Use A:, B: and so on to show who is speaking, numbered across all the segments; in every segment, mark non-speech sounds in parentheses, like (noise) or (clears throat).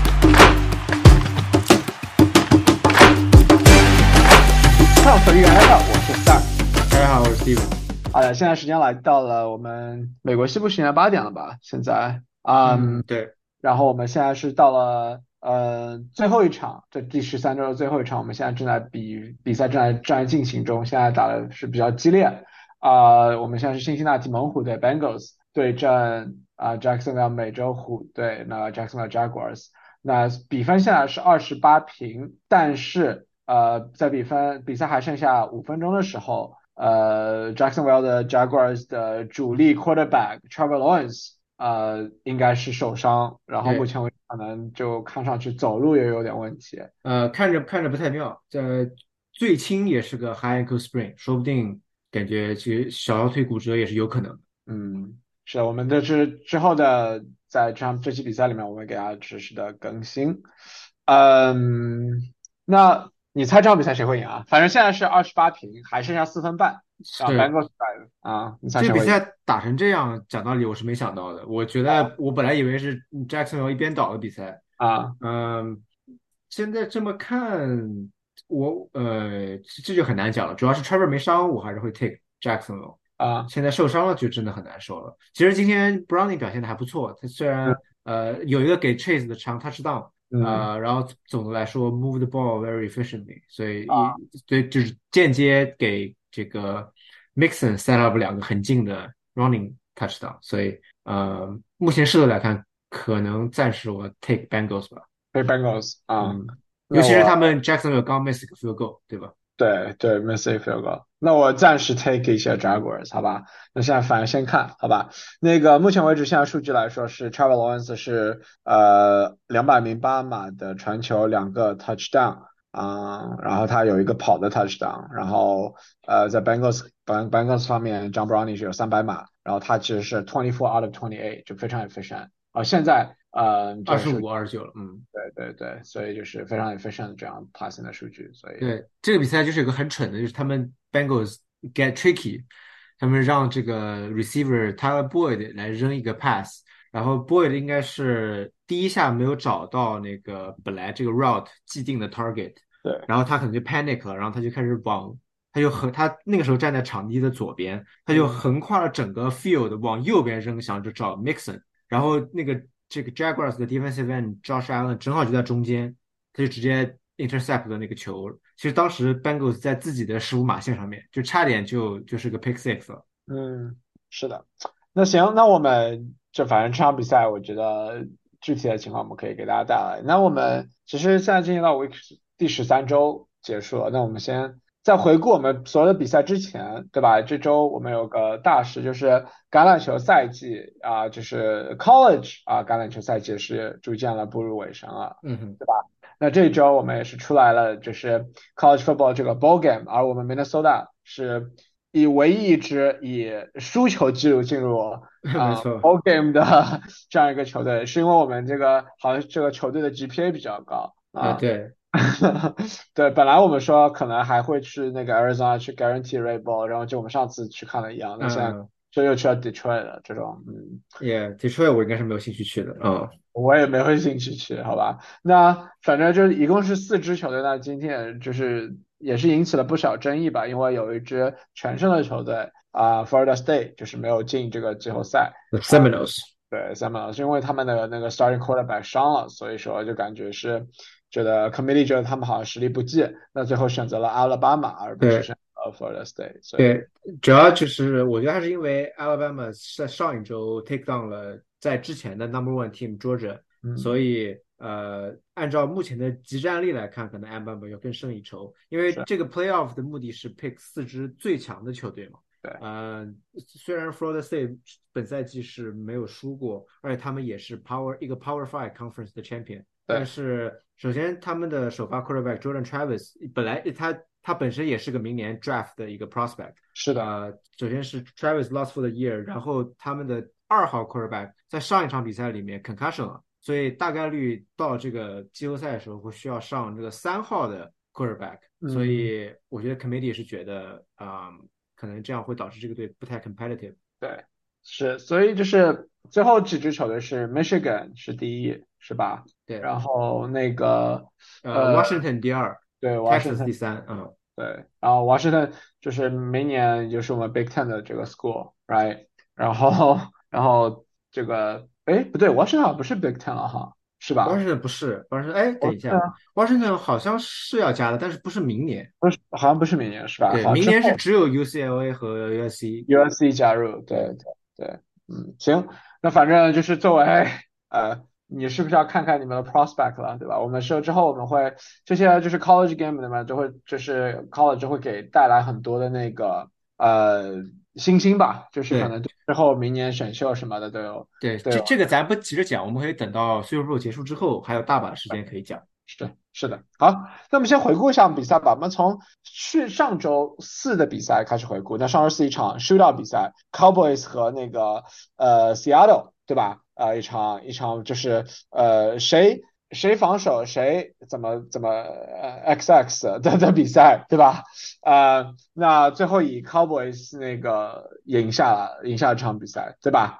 A: 嗯
B: 地方。
A: 哎呀，现在时间来到了我们美国西部时间八点了吧？现在，嗯，
B: 嗯，对，
A: 然后我们现在是到了呃最后一场，这第十三周的最后一场，我们现在正在比比赛正在正在进行中，现在打的是比较激烈啊、我们现在是辛辛那提猛虎队 Bengals 对阵啊、Jacksonville 美洲虎队，那 Jacksonville Jaguars，那比分现在是二十八平，但是呃在比分比赛还剩下五分钟的时候。呃，Jacksonville 的 Jaguars 的主力 quarterback Trevor Lawrence 呃，应该是受伤，然后目
B: 对，
A: 前为止可能就看上去走路也有点问题。
B: 呃，看着看着不太妙，这最轻也是个 high ankle sprain，说不定感觉其实小腰腿骨折也是有可能的。
A: 嗯，是的我们这是之后的在这场这期比赛里面，我们给大家实时的更新。嗯，那你猜这场比赛谁会赢啊？反正现在是二十八平，还剩下四分半，然后
B: 是，
A: Bengals 来啊，你猜
B: 这
A: 谁
B: 比
A: 会赢？
B: 赛打成这样，讲道理我是没想到的。我觉
A: 啊
B: 得我本来以为是 Jacksonville 一边倒的比赛，
A: 啊，
B: 嗯，现在这么看，我呃这这就很难讲了。主要是 Trevor 没伤，我还是会 take Jacksonville。
A: 啊，
B: 现在受伤了就真的很难受了。其实今天 Browning 表现的还不错，他虽
A: 嗯
B: 然呃有一个给 Chase 的长 touchdown，
A: 嗯
B: 呃，然后总的来说 move the ball very efficiently，所以
A: 啊
B: 一所以就是间接给这个 Mixon set up 两个很近的 running touchdown，所以呃目前势头来看，可能暂时我 take Bengals 吧，
A: 对 Bengals 啊，
B: 嗯，
A: 那
B: 尤其是他
A: 我。
B: 们 Jacksonville 刚 miss 一个 field goal，对吧？
A: 对对，Messi field goal。那我暂时 take 一下 Jaguars，好吧？那现在反正先看，好吧？那个目前为止，现在数据来说是 Trevor Lawrence 是呃两百零八码的传球，两个 touchdown 啊、然后他有一个跑的 touchdown，然后呃在 Bengals Beng- Bengals 方面，John Browning 是有三百码，然后他其实是 twenty four out of twenty eight，就非常 efficient。啊，现在呃这个
B: 二十
A: 数
B: 五、
A: 据，
B: 二十九了，嗯。
A: 对对对，所以就是非常 efficient 这样 passing 的数据，所以
B: 对，这个比赛就是有个很蠢的，就是他们 Bengals get tricky，他们让这个 receiver Tyler Boyd 来扔一个 pass，然后 Boyd 应该是第一下没有找到那个本来这个 route 既定的 target，
A: 对，
B: 然后他可能就 panic 了，然后他就开始往，他就横，他那个时候站在场地的左边，他就
A: 嗯。
B: 横跨了整个 field 往右边扔，想着找 Mixon，然后那个这个 Jaguars 的 defensive end Josh Allen 正好就在中间。他就直接 intercept 的那个球。其实当时 Bengals 在自己的十五码线上面，就差点就就是个 pick six 了。
A: 嗯，是的，那行，那我们这反正这场比赛，我觉得具体的情况我们可以给大家带来。那我们其实现在进行到 week 10第十三周结束了，那我们先在回顾我们所有的比赛之前，对吧？这周我们有个大事，就是橄榄球赛季啊，就是 college 啊，橄榄球赛季是逐渐的步入尾声了。
B: 嗯哼，
A: 那这一周我们也是出来了，就是 college football 这个 bowl game，而我们 Minnesota 是以唯一一支以输球记录进
B: (laughs)
A: 入
B: 没
A: 啊、
B: 错，
A: bowl game 的 (laughs) 这样一个球队，是因为我们这个好像这个球队的 GPA 比较高
B: 啊、
A: 啊。
B: 对，
A: (laughs) 对，本来我们说可能还会去那个 Arizona 去 Guarantee Red Bowl，然后就我们上次去看了一样，那现在
B: 嗯，
A: 就又去了 Detroit 了，这种嗯。
B: 也 Detroit 我应该是没有兴趣去的。嗯，
A: 我也没会兴趣去，好吧？那反正就是一共是四支球队，那今天就是也是引起了不少争议吧，因为有一支全胜的球队啊，Florida State 就是没有进这个季后赛
B: The
A: 啊，
B: Seminoles，
A: 对 s a m 是因为他们的那个 starting quarterback 伤了，所以说就感觉是觉得 committee 觉得他们好像实力不济，那最后选择了阿拉巴马而不是
B: 对
A: 选择 Florida State，所以
B: 对，主要就是我觉得还是因为 Alabama 在上一周 take down 了在之前的 number one team Georgia，
A: 嗯
B: 所以呃，按照目前的集战力来看，可能 Alabama 要更胜一筹，因为
A: 是
B: 这个 playoff 的目的是 pick 四支最强的球队嘛。
A: 对
B: 呃，虽然 Florida State 本赛季是没有输过，而且他们也是 Power 一个 Power Five Conference 的 champion，但
A: 对
B: 是首先他们的首发 quarterback Jordan Travis 本来他他本身也是个明年 draft 的一个 prospect，
A: 是的，
B: 呃，首先是 Travis lost for the year，然后他们的二号 quarterback 在上一场比赛里面 concussion 了，所以大概率到这个季后赛的时候会需要上这个三号的 quarterback，所
A: 嗯。
B: 以我觉得 committee 是觉得，啊，可能这样会导致这个队不太 competitive。
A: 对，是，所以就是最后几支球队是 Michigan 是第一，是吧？
B: 对，
A: 然后那个
B: 呃
A: 呃，
B: ，Washington 第二
A: 对
B: ，Texas
A: 呃，Washington，
B: 第三，嗯，
A: 对，然后华盛顿就是每年就是我们 Big Ten 的这个 school，right？然后，然后这个，哎，不对，华盛顿好像不是 Big Ten 了哈，是吧？
B: 华盛顿不是，华盛顿，哎，等一
A: 对
B: 下，
A: 啊，
B: 华盛顿好像是要加的，但是不是明年？
A: 不是，好像不是明年是吧？
B: 对，
A: 啊好像
B: 明
A: 之
B: 年是
A: 后。
B: 只有 UCLA 和 USC。
A: USC 加入，对
B: 对，
A: 对对，嗯，行，那反正就是作为呃，你是不是要看看你们的 prospect 了，对吧？我们是之后我们会这些就是 college game 的嘛，就会就是 college 会给带来很多的那个呃新星吧，就是可
B: 对
A: 能之后明年选秀什么的都有
B: 对，
A: 都
B: 这
A: 有，
B: 这个咱不急着讲，我们可以等到 Super Bowl 结束之后，还有大把时间可以讲。
A: 是是的。好，那我们先回顾一下比赛吧，我们从去上周四的比赛开始回顾。那上周四一场 shootout 比赛，Cowboys 和那个呃 Seattle 对吧？呃，一场一场就是呃谁谁防守谁怎么怎么呃 XX 的的比赛对吧？呃，那最后以 Cowboys 那个赢下了赢下了这场比赛对吧？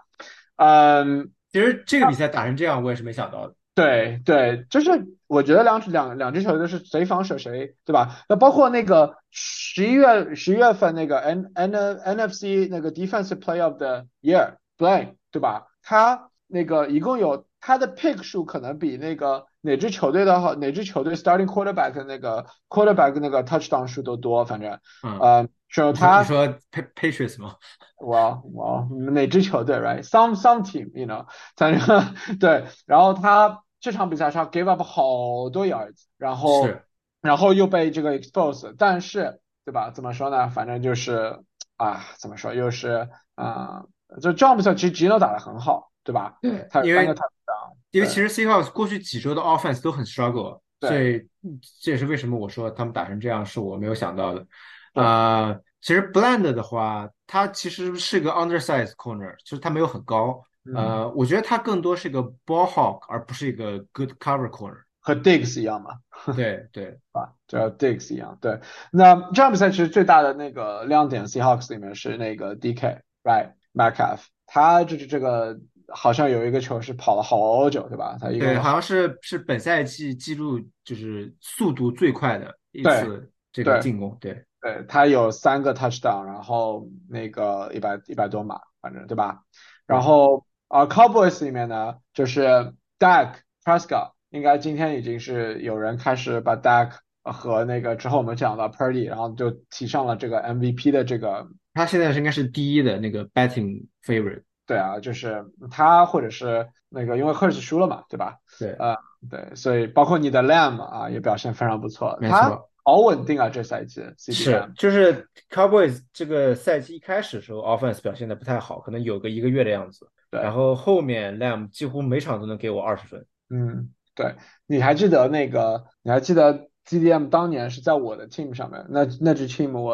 A: 嗯。
B: 其实这个比赛打成这样，我也是没想到的。
A: 对对，就是我觉得两两两支球队都是谁防守谁，对吧？那包括那个十一月十一月份那个 N N NFC 那个 Defensive Player of the Year Blaine，对吧？他那个一共有他的 pick 数可能比那个哪支球队的好，哪支球队 starting quarterback 的那个 quarterback 那个 touchdown 数都多，反正，
B: 嗯，
A: 呃，只有
B: 你说你
A: 他。
B: 说 Pa- Patriots 吗？
A: 我我哪支球队，right？Some some team，you know，反 (laughs) 正对。然后他这场比赛上 give up 好多 yards，然后
B: 是，
A: 然后又被这个 expose，但是对吧？怎么说呢？反正就是啊，怎么说又是啊、就 j o h n s o 其实 Gino 打得很好，对吧？
B: 对，
A: 他有
B: 因
A: 三个
B: 为
A: touchdown，
B: 因为其
A: 对
B: 实 Seahawks 过去几周的 offense 都很 struggle，所
A: 对
B: 以嗯这也是为什么我说他们打成这样是我没有想到的。
A: 对
B: 啊、其实 Bland 的话，他其实是个 undersized corner，就是他没有很高。
A: 嗯，
B: 呃，我觉得他更多是个 ball hawk，而不是一个 good cover
A: (laughs)
B: corner。
A: 和 Diggs 一样嘛。
B: 对对，
A: 吧，就像 Diggs 一样。对，那这场比赛其实最大的那个亮点，Seahawks 里面是那个 DK，right Metcalf，他就是这个好像有一个球是跑了好久，对吧？他一共
B: 对，
A: 有
B: 好像是是本赛季记录就是速度最快的一
A: 对
B: 次这个
A: 对
B: 进攻。对，
A: 对，他有三个 touchdown，然后那个一百一百多码，反正对吧？然
B: 嗯，
A: 后啊、呃 Cowboys 里面呢，就是 Dak Prescott，应该今天已经是有人开始把 Dak 和那个之后我们讲到 Purdy，然后就提上了这个 MVP 的这个。
B: 他现在是应该是第一的那个 batting favorite。
A: 对啊，就是他或者是那个，因为 Hurts 输了嘛，对吧？
B: 对，
A: 呃，对，所以包括你的 Lamb 啊，也表现非常不错，
B: 没
A: 他
B: 错。
A: 好稳定啊，这赛季 CD
B: 是，
A: Lamb。
B: 就是 Cowboys 这个赛季一开始的时候，offense 表现的不太好，可能有个一个月的样子。然
A: 对，
B: 后后面 Lamb 几乎每场都能给我二十分。
A: 嗯，对，你还记得那个，你还记得 CDM 当年是在我的 team 上面，那那支 team 我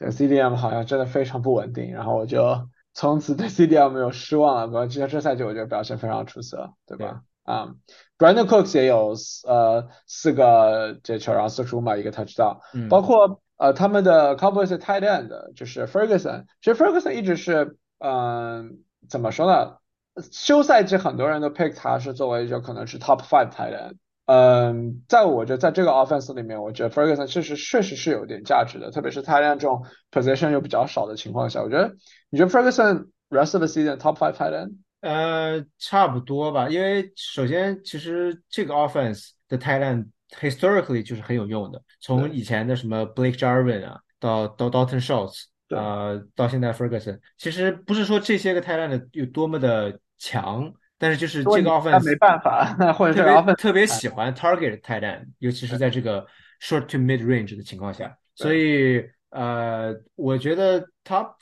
A: 呃这 CDM 好像真的非常不稳定，然后我就从此对 CDM 有失望了。不过这这赛季我觉得表现非常出色，对
B: 对，
A: 吧？啊、b r a n d o n Cooks 也有四呃四个接球，然后四十五码一个 touchdown，包
B: 嗯，
A: 括呃他们的 Cowboys 的 tight end 就是 Ferguson，其实 Ferguson 一直是嗯、怎么说呢？休赛季很多人都 pick 他是作为就可能是 top five tight end。嗯，在我觉得在这个 offense 里面，我觉得 Ferguson 确实确实是有点价值的，特别是 tight end 这种 position 又比较少的情况下，我觉得你觉得 Ferguson rest of the season top five tight end？
B: 呃，差不多吧。因为首先，其实这个 offense 的 tight end historically 就是很有用的，从
A: 对
B: 以前的什么 Blake Jarwin 啊，到到 Dalton Schultz，
A: 对
B: 呃，到现在 Ferguson，其实不是说这些个 tight end 有多么的强，但是就是
A: 如果
B: 这个
A: 你那没
B: offense。
A: 办法，那或者
B: 特
A: 这个
B: 别
A: offense
B: 特别喜欢 target tight end，尤其是在这个 short to mid range 的情况下，所
A: 对
B: 以呃，我觉得 top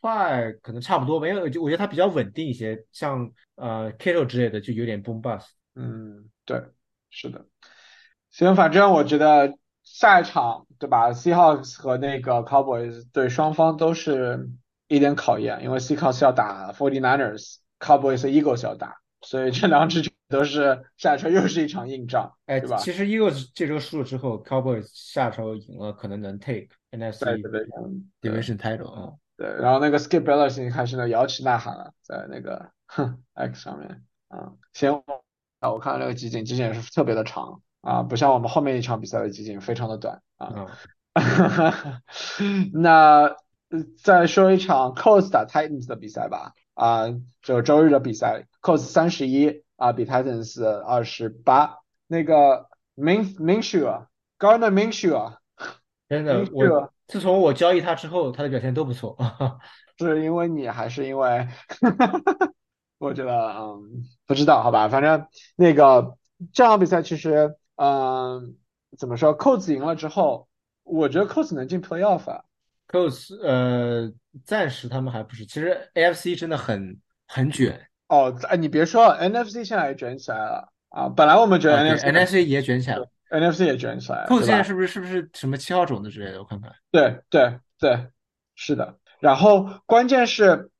B: five 可能差不多吧，因为我觉我觉得它比较稳定一些，像呃 Kittle 之类的就有点 boom bust。
A: 嗯对是的。行，反正我觉得下一场，对吧？Seahawks 和那个 Cowboys 对双方都是一点考验，因为 Seahawks 要打 49ers，Cowboys 和 Eagles 要打，所以这两支球队都是下一场又是一场硬仗，
B: 哎，
A: 对吧？
B: 其实 Eagles 这周输了之后，Cowboys 下周赢了，可能能 take
A: 在
B: NFC
A: 这边，嗯对
B: division title 啊、
A: 对，然后那个 Skip Bayless 已经开始呢摇旗呐喊了，在那个 (laughs) 哼 X 上面，嗯，行，啊，我看了那个集锦，集锦也是特别的长啊，不像我们后面一场比赛的集锦非常的短啊。
B: 嗯。
A: (laughs) 那呃再说一场 Colts 打 Titans 的比赛吧，啊、就周日的比赛，Colts 三十一啊，比 Titans 二十八。那个 Min Minshew 啊，Gardner Minshew 啊
B: 真的，我
A: ，Minshew 啊
B: 自从我交易他之后，他的表现都不错。 (laughs)
A: 是因为你还是因为？ (laughs) 我觉得，嗯，不知道，好吧，反正那个这场比赛其实，嗯，怎么说，Colts 赢了之后，我觉得 Colts 能进 playoff 啊。
B: Colts 呃，暂时他们还不是。其实 AFC 真的很很卷
A: 哦，哎，你别说，NFC 现在也卷起来了啊！本来我们觉得
B: 啊，对
A: NFC
B: ，NFC 也卷起来了。
A: NFC 也卷起来了，
B: Colts
A: 对
B: 现在
A: 吧？
B: 是不是是不是什么七号种子之类的？我看看，
A: 对对对，是的。然后关键是，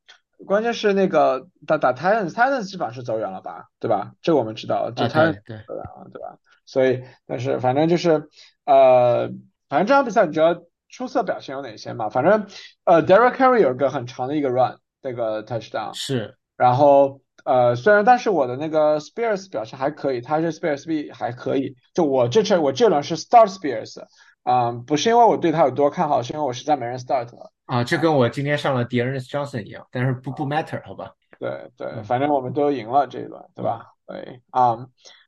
A: 关键是那个打打 Titans，Titans 基本上是走远了吧，对吧？这我们知道，就
B: 啊，
A: Titans
B: 对对，
A: 走远了，对吧？所以，但是反正就是，呃，反正这场比赛你知道出色表现有哪些嘛？反正，呃，Derrick Henry 有一个很长的一个 run，那个 touchdown。
B: 是
A: 然后呃，虽然但是我的那个 Spears 表现还可以，他是 Spears B 还可以。就我这次我这轮是 start Spears，啊、不是因为我对他有多看好，是因为我实在没人 start 了。
B: 啊，这跟我今天上了 Dearness Johnson 一样，但是不
A: 哦
B: 不 matter 好吧？
A: 对对，
B: 嗯
A: 反正我们都赢了这一轮，对
B: 嗯，
A: 吧？对啊、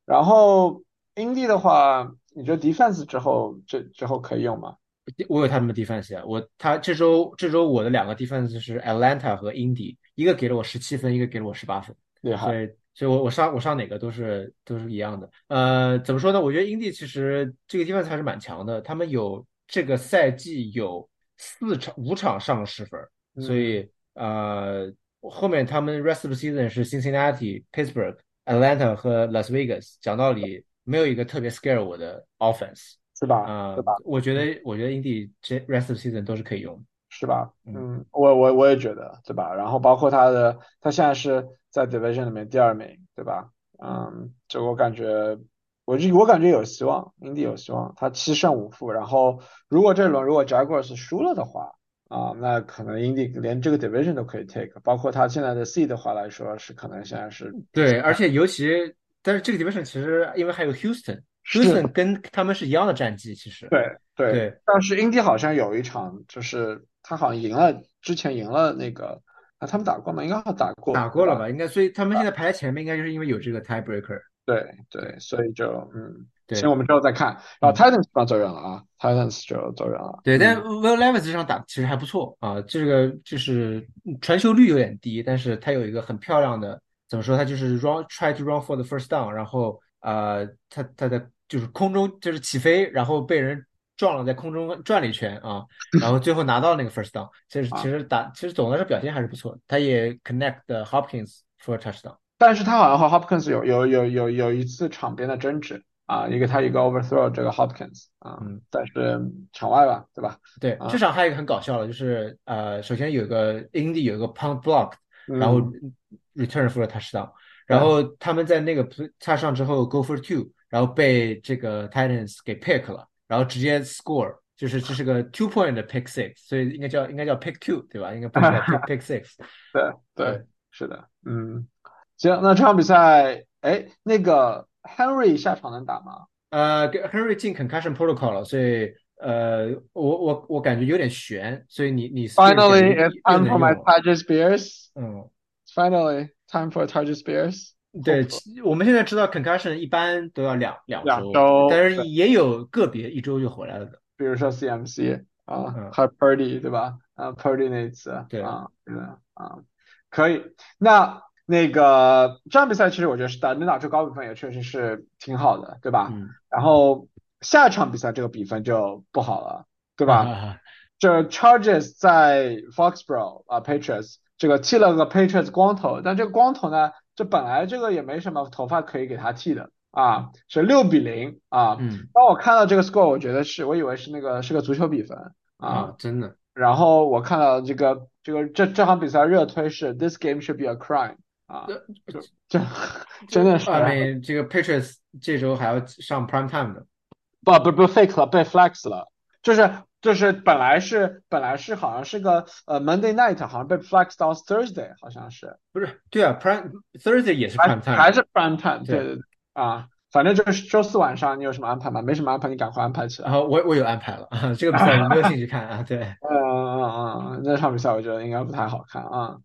A: 然后英帝的话，你觉得 defense 之后这之后可以用吗？
B: 我有他们的 defense 啊，我他这周这周我的两个 defense 是 Atlanta 和 Indy，一个给了我十七分，一个给了我十八分，
A: 厉
B: 所
A: 害，
B: 以所以我我上我上哪个都是都是一样的。呃，怎么说呢？我觉得 Indy 其实这个 defense 还是蛮强的，他们有这个赛季有四场五场上了十分，所
A: 嗯
B: 以呃后面他们 rest of the season 是 Cincinnati、Pittsburgh、Atlanta 和 Las Vegas，讲道理没有一个特别 scare 我的 offense。
A: 是吧？
B: 啊、
A: 对吧？
B: 我觉得，我觉得 Indy 这 rest of season 都是可以用的。
A: 是吧？
B: 嗯，
A: 嗯，我我我也觉得，对吧？然后包括他的，他现在是在 division 里面第二名，对吧？嗯，就我感觉，我就我感觉有希望，英帝有希望，他七胜五负。然后如果这轮如果 Jaguars 输了的话，啊、那可能英帝连这个 division 都可以 take，包括他现在的 seed 的话来说，是可能现在是
B: 嗯对，而且尤其，但是这个 division 其实因为还有 Houston，Houston
A: 是，
B: 跟他们是一样的战绩，其实
A: 对对。
B: 对
A: 但是英帝好像有一场，就是他好像赢了，之前赢了那个，啊，他们打过吗？应该打
B: 打
A: 过，对
B: 过了
A: 吧？
B: 吧？应该，所以他们现在排在前面，应该就是因为有这个 tiebreaker
A: 对对，
B: 对。
A: 所以就嗯，行，
B: 对
A: 我们之后再看。然后
B: 嗯，
A: Titans 不要走人了啊，Titans 就走人了。
B: 对，但
A: 嗯，
B: Will Levis 这场打得其实还不错啊，这个就是传球率有点低，但是他有一个很漂亮的，怎么说，他就是 run try to run for the first down，然后呃，他他的就是空中就是起飞，然后被人撞了，在空中转了一圈啊，然后最后拿到那个 first down，其实其
A: 啊，
B: 实打其实总的来说表现还是不错，他也 connect 的 Hopkins for a touchdown，
A: 但是他好像和 Hopkins 有有有有有一次场边的争执啊，一个他一个 overthrow 这个 Hopkins 啊，
B: 嗯。
A: 但是场外吧，对吧？
B: 对，这
A: 啊，
B: 场还有一个很搞笑的，就是呃，首先有一个 Indy 有一个 punt block，然后
A: 嗯，
B: return for a touchdown，
A: 对，
B: 然后他们在那个 play- 插上之后 go for two，然后被这个 Titans 给 pick 了，然后直接 score，就是这是个 two point 的 pick six，所以应该叫应该叫 pick two 对吧？应该不能叫
A: (laughs)
B: pick pick six，
A: 对对，
B: 对，
A: 是的，嗯，行，那这场比赛，哎，那个 Henry 下场能打吗？
B: 呃给，Henry 进 concussion protocol 了，所以呃，我我我感觉有点悬，所以你你 Spears 感
A: Finally,
B: 觉
A: it's
B: 又
A: time for
B: 能用
A: my
B: 了，
A: Tiger Spears.
B: 嗯。
A: Finally, time for Tiger Spears.
B: 对，
A: Hopeful.
B: 其我们现在知道 concussion 一般都要两两
A: 两
B: 周，
A: 周，
B: 但是
A: 对，
B: 也有个别一周就回来了的。
A: 比如说 CMC 啊，
B: 嗯，
A: 还有 Purdy 对吧？啊，Purdy 那一次
B: 对，
A: 啊，对的啊，可以。那那个这场比赛其实我觉得是打能打出高比分也确实是挺好的，对吧？
B: 嗯，
A: 然后下一场比赛这个比分就不好了，对
B: 哈
A: 吧？
B: 哈哈，
A: 这 Chargers 在 Foxborough 啊 Patriots 这个剃了个 Patriots 光头，但这个光头呢，这本来这个也没什么头发可以给他剃的啊，是六比零啊。
B: 嗯，
A: 当我看到这个 score，我觉得是我以为是那个是个足球比分
B: 啊，
A: 啊，
B: 真的，
A: 然后我看到这个这个这这场比赛热推是 This game should be a crime 啊，
B: 呃，
A: 就这
B: 这啊
A: 真的是啊
B: 外面这个 Patriots 这周还要上 prime time 的，
A: 不不不 fake 了，被 flex 了，就是就是本来是本来是好像是个呃 Monday night，好像被 flex 到 Thursday，好像是
B: 不是，对啊，prime Thursday 也是
A: 还
B: prime time
A: 还
B: 的，
A: 是 prime time，对
B: 对，
A: 对对啊，反正就是周四晚上你有什么安排吗？没什么安排，你赶快安排起
B: 然
A: 来。
B: 后我我有安排了啊，这个比赛我没有兴趣看啊，对。
A: (laughs) 嗯嗯嗯，那场比赛我觉得应该不太好看啊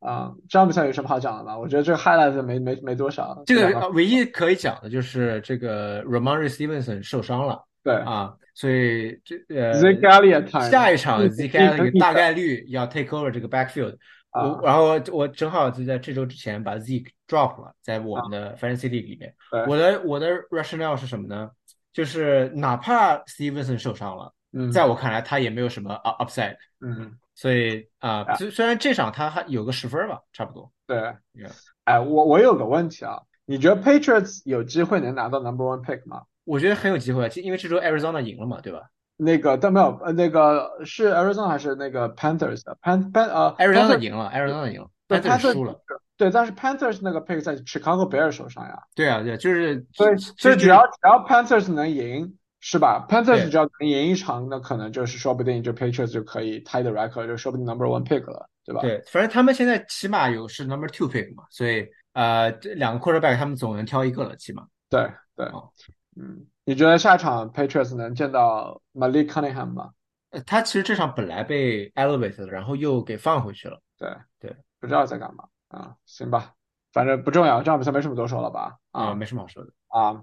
A: 啊、这场比赛有什么好讲的吗？我觉得这个 highlight 没没没多少，
B: 这
A: 这两
B: 个
A: 个
B: 呃唯一可以讲的就是这个 Ramondre Stevenson 受伤了
A: 对
B: 啊，所以这
A: z
B: 呃
A: e k a l i a time
B: 下一场
A: 一
B: z
A: 分
B: k
A: 一分
B: e
A: 一
B: 大
A: 分
B: 概率要 take over 这个 backfield。我
A: 啊
B: 然后我正好就在这周之前把 Zeke drop 了，在我们
A: 啊
B: 的 Fantasy League 里面。
A: 对，
B: 我的我的 rationale 是什么呢？就是哪怕 Stevenson 受伤了，在
A: 嗯
B: 我看来他也没有什么 up- upside，
A: 嗯
B: 所以啊，
A: 啊
B: 虽虽然这场他还有个十分吧，差不多。
A: 对，
B: Yeah
A: 哎，我我有个问题啊，你觉得 Patriots 有机会能拿到 number one pick 吗？
B: 我觉得很有机会，啊因为这周 Arizona 赢了嘛，对吧？
A: 那个但没有，呃，那个是 Arizona 还是那个 Panthers 的 Pan Pan 呃
B: Arizona
A: Panthers
B: 赢了，Arizona 赢了
A: 对
B: ，Panthers
A: Panthers
B: 输了。
A: 对，但是 Panthers 那个 pick 在 Chicago Bears 手上呀，
B: 对啊，对啊，就是
A: 所以
B: 其
A: 所
B: 实
A: 以只
B: 就
A: 要
B: 是
A: 只要 Panthers 能赢，是吧？Panthers
B: 对
A: 只要能赢一场，那可能就是说不定就 Patriots 就可以 tie the record，就说不定 number one pick 了，对吧？
B: 对，反正他们现在起码有是 number two pick 嘛，所以呃，这两个 quarterback 他们总能挑一个了，起码
A: 对对，
B: 哦，
A: 嗯，你觉得下场 Patriots 能见到 Malik Cunningham 吗？
B: 呃他其实这场本来被 elevate 了，然后又给放回去了。
A: 对，
B: 对
A: 不知道在干嘛啊，行吧，反正不重要，这场比赛没什么多说了吧？
B: 啊，
A: 啊。
B: 没什么好说的。
A: 啊，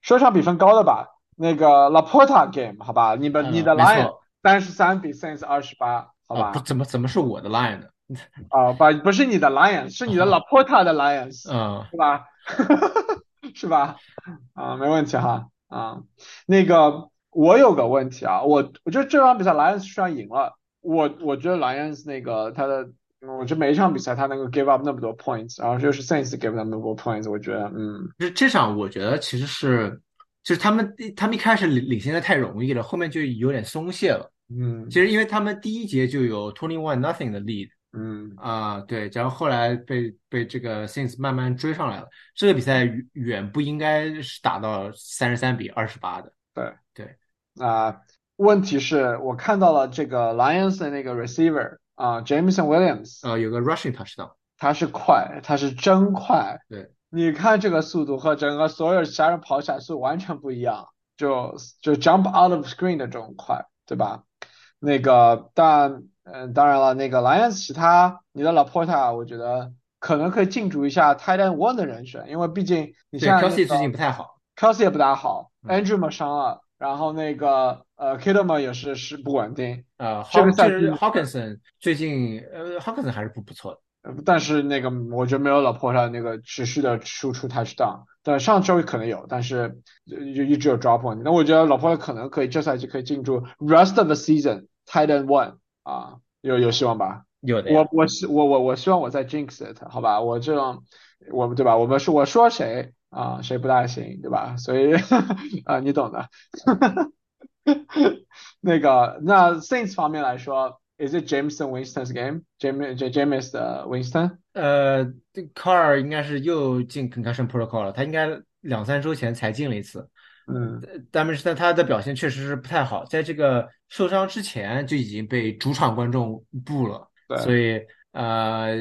A: 说一场比分高的吧，那个 Laporta game 好吧，你们你
B: 嗯，
A: 的
B: 没
A: Lion
B: 错
A: 三十三比 Saints 二十八，好
B: 啊，不
A: 吧，
B: 怎么怎么是我的 line 呢？
A: 啊不不是你的 Lion，是你的
B: 啊
A: Laporta 的 Lions，
B: 啊，
A: 是吧？ (laughs) 是吧？啊，没问题哈，啊，那个我有个问题啊，我我觉得这场比赛 Lions 虽然赢了，我我觉得 Lions 那个他的，我觉得每一场比赛他能够 give up 那么多 points，然后就是 Saints give 那么多 points，我觉得嗯。
B: 这这场我觉得其实是，就是他们他们一开始领领先的太容易了，后面就有点松懈了。其
A: 嗯
B: 实因为他们第一节就有 twenty one nothing 的 lead。
A: 嗯，
B: 啊，对，然后后来被被这个 Saints 慢慢追上来了。这个比赛远远不应该是打到三十三比二十八的，
A: 对。
B: 对，
A: 啊、问题是我看到了这个 Lions 的那个 receiver 啊、j a m e s o n Williams，
B: 呃，有个 rushing touchdown，
A: 他是快，他是真快。
B: 对，
A: 你看这个速度和整个所有其他人跑起来速度完全不一样，就就 jump out of screen 的这种快，对吧？那个，但嗯，当然了，那个 Lions 其他你的 Laporta，我觉得可能可以进驻一下 tight end one 的人选，因为毕竟你呃现
B: 对
A: 在那
B: ，Kelsey 最近
A: 个。
B: 不太好，
A: Kelsey 也不大好
B: 嗯，
A: ，Andrew 嘛伤了，然后那个呃 Kittle 嘛也是是不稳定，
B: 呃
A: 这个
B: ，Haw 就
A: 赛
B: 是
A: 季，
B: Hawkinson 最近，呃，Hawkinson 还是不不错的，
A: 呃但是那个我觉得没有老婆 o 那个持续的输出 touchdown，但上周可能有，但是就就一直有 drop point，那我觉得老婆 o 可能可以这赛季可以进驻 rest of the season tight end one 啊，有有希望吧？
B: 有的
A: 我
B: 呀，
A: 我希我我我希望我在 jinx it 好吧，我这种我们对吧？我们说我说谁啊、谁不大行对吧？所以 (laughs) 啊、你懂的。 (laughs) 那个，那 Saints 方面来说，Is it Jameson Winston's game？James J James 的 Winston？
B: 呃，这卡尔应该是又进 concussion protocol 了，他应该两三周前才进了一次，
A: 嗯，
B: 呃但是呢，他的表现确实是不太好，在这个受伤之前就已经被主场观众boo 了，所
A: 对，
B: 以呃，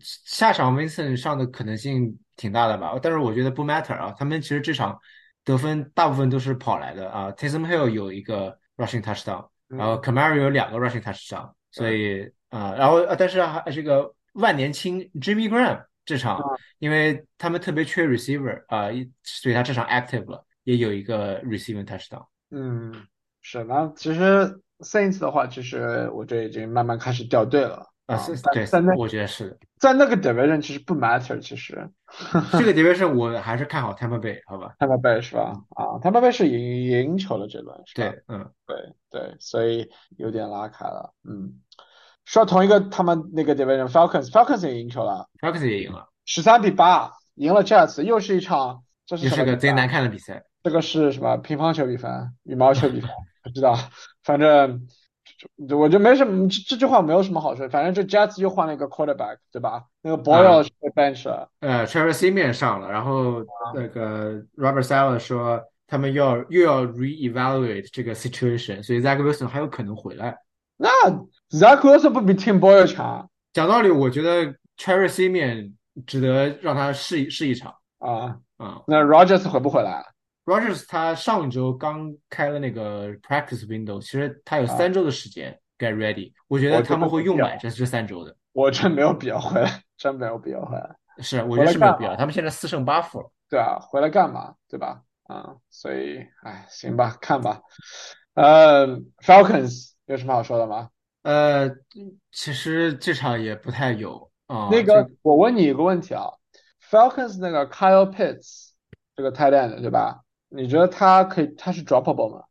B: 下场 Vincent 上的可能性挺大的吧，但是我觉得不 matter 啊，他们其实这场得分大部分都是跑来的啊，Taysom Hill 有一个 rushing touchdown，然后
A: 嗯，
B: Camaro 有两个 rushing touchdown，所
A: 对，
B: 以啊、然后呃但是还、这个万年青 Jimmy Graham 这场，
A: 啊，
B: 因为他们特别缺 receiver 啊、一所以他这场 active 了。也有一个 receiving touchdown。
A: 嗯，是那其实 Saints 的话，其实我这已经慢慢开始掉队了啊，
B: 啊，是，
A: 但
B: 对，
A: 在那
B: 我觉得是的。
A: 在那个 division 其实不 matter，其实
B: 这个 division 我还是看好 Tampa Bay，好吧？
A: Tampa Bay 是吧？
B: 嗯，
A: 啊，Tampa Bay 是赢赢球了这轮是吧？
B: 对，嗯，
A: 对对，所以有点拉开了，嗯。说同一个他们那个 division Falcons，Falcons 也赢球了。
B: f a l c o n 也赢了，
A: 十三比八赢了 Jets，又是一场，这是
B: 也
A: 什
B: 是
A: 么比
B: 个
A: 赛？啊
B: 贼难看的比赛。
A: 这个是什么？乒乓球比分、羽毛球比分？不知道，反正这我就没什么，这这句话没有什么好说。反正这 Jets 又换了一个 quarterback，对吧？那个 Boyle
B: 啊，
A: 是被 bench 了
B: 呃，Trevor Siemian 上了，然后
A: 啊，
B: 那个 Robert Saleh 说他们要又要 re-evaluate 这个 situation，所以 Zach Wilson 还有可能回来。
A: 那 Zach Wilson 不比 Tim Boyle 强
B: 讲道理，我觉得 Trevor Siemian 值得让他试一试一场。
A: 啊？
B: 啊、
A: 那 Rogers 回不回来？啊
B: Rogers 他上一周刚开了那个 practice window，其实他有
A: 啊哦
B: 三周的时间 get ready，我觉
A: 我
B: 得
A: 觉
B: 他
A: 得
B: 们会
A: 没
B: 用
A: 必要
B: 满这这三周的，
A: 我真没有必要回来，真没有必要回来。
B: 是我
A: 回来啊
B: 觉得是没有
A: 干
B: 必要。他们现在四胜八负了，
A: 对啊，回来干嘛？对吧？啊，所以，哎，行吧，看吧。呃，Falcons 有什么好说的吗？
B: 呃，其实这场也不太有啊、
A: 那
B: 这
A: 个，我问你一个问题啊，Falcons 那个 Kyle Pitts 这个 tight end 对吧？你觉得他可以，他是 droppable 吗？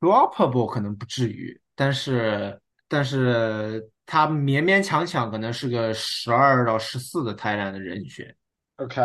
B: droppable 可能不至于，但是但是他勉勉强强可能是个十二到十四的 tight end 的人选，
A: OK，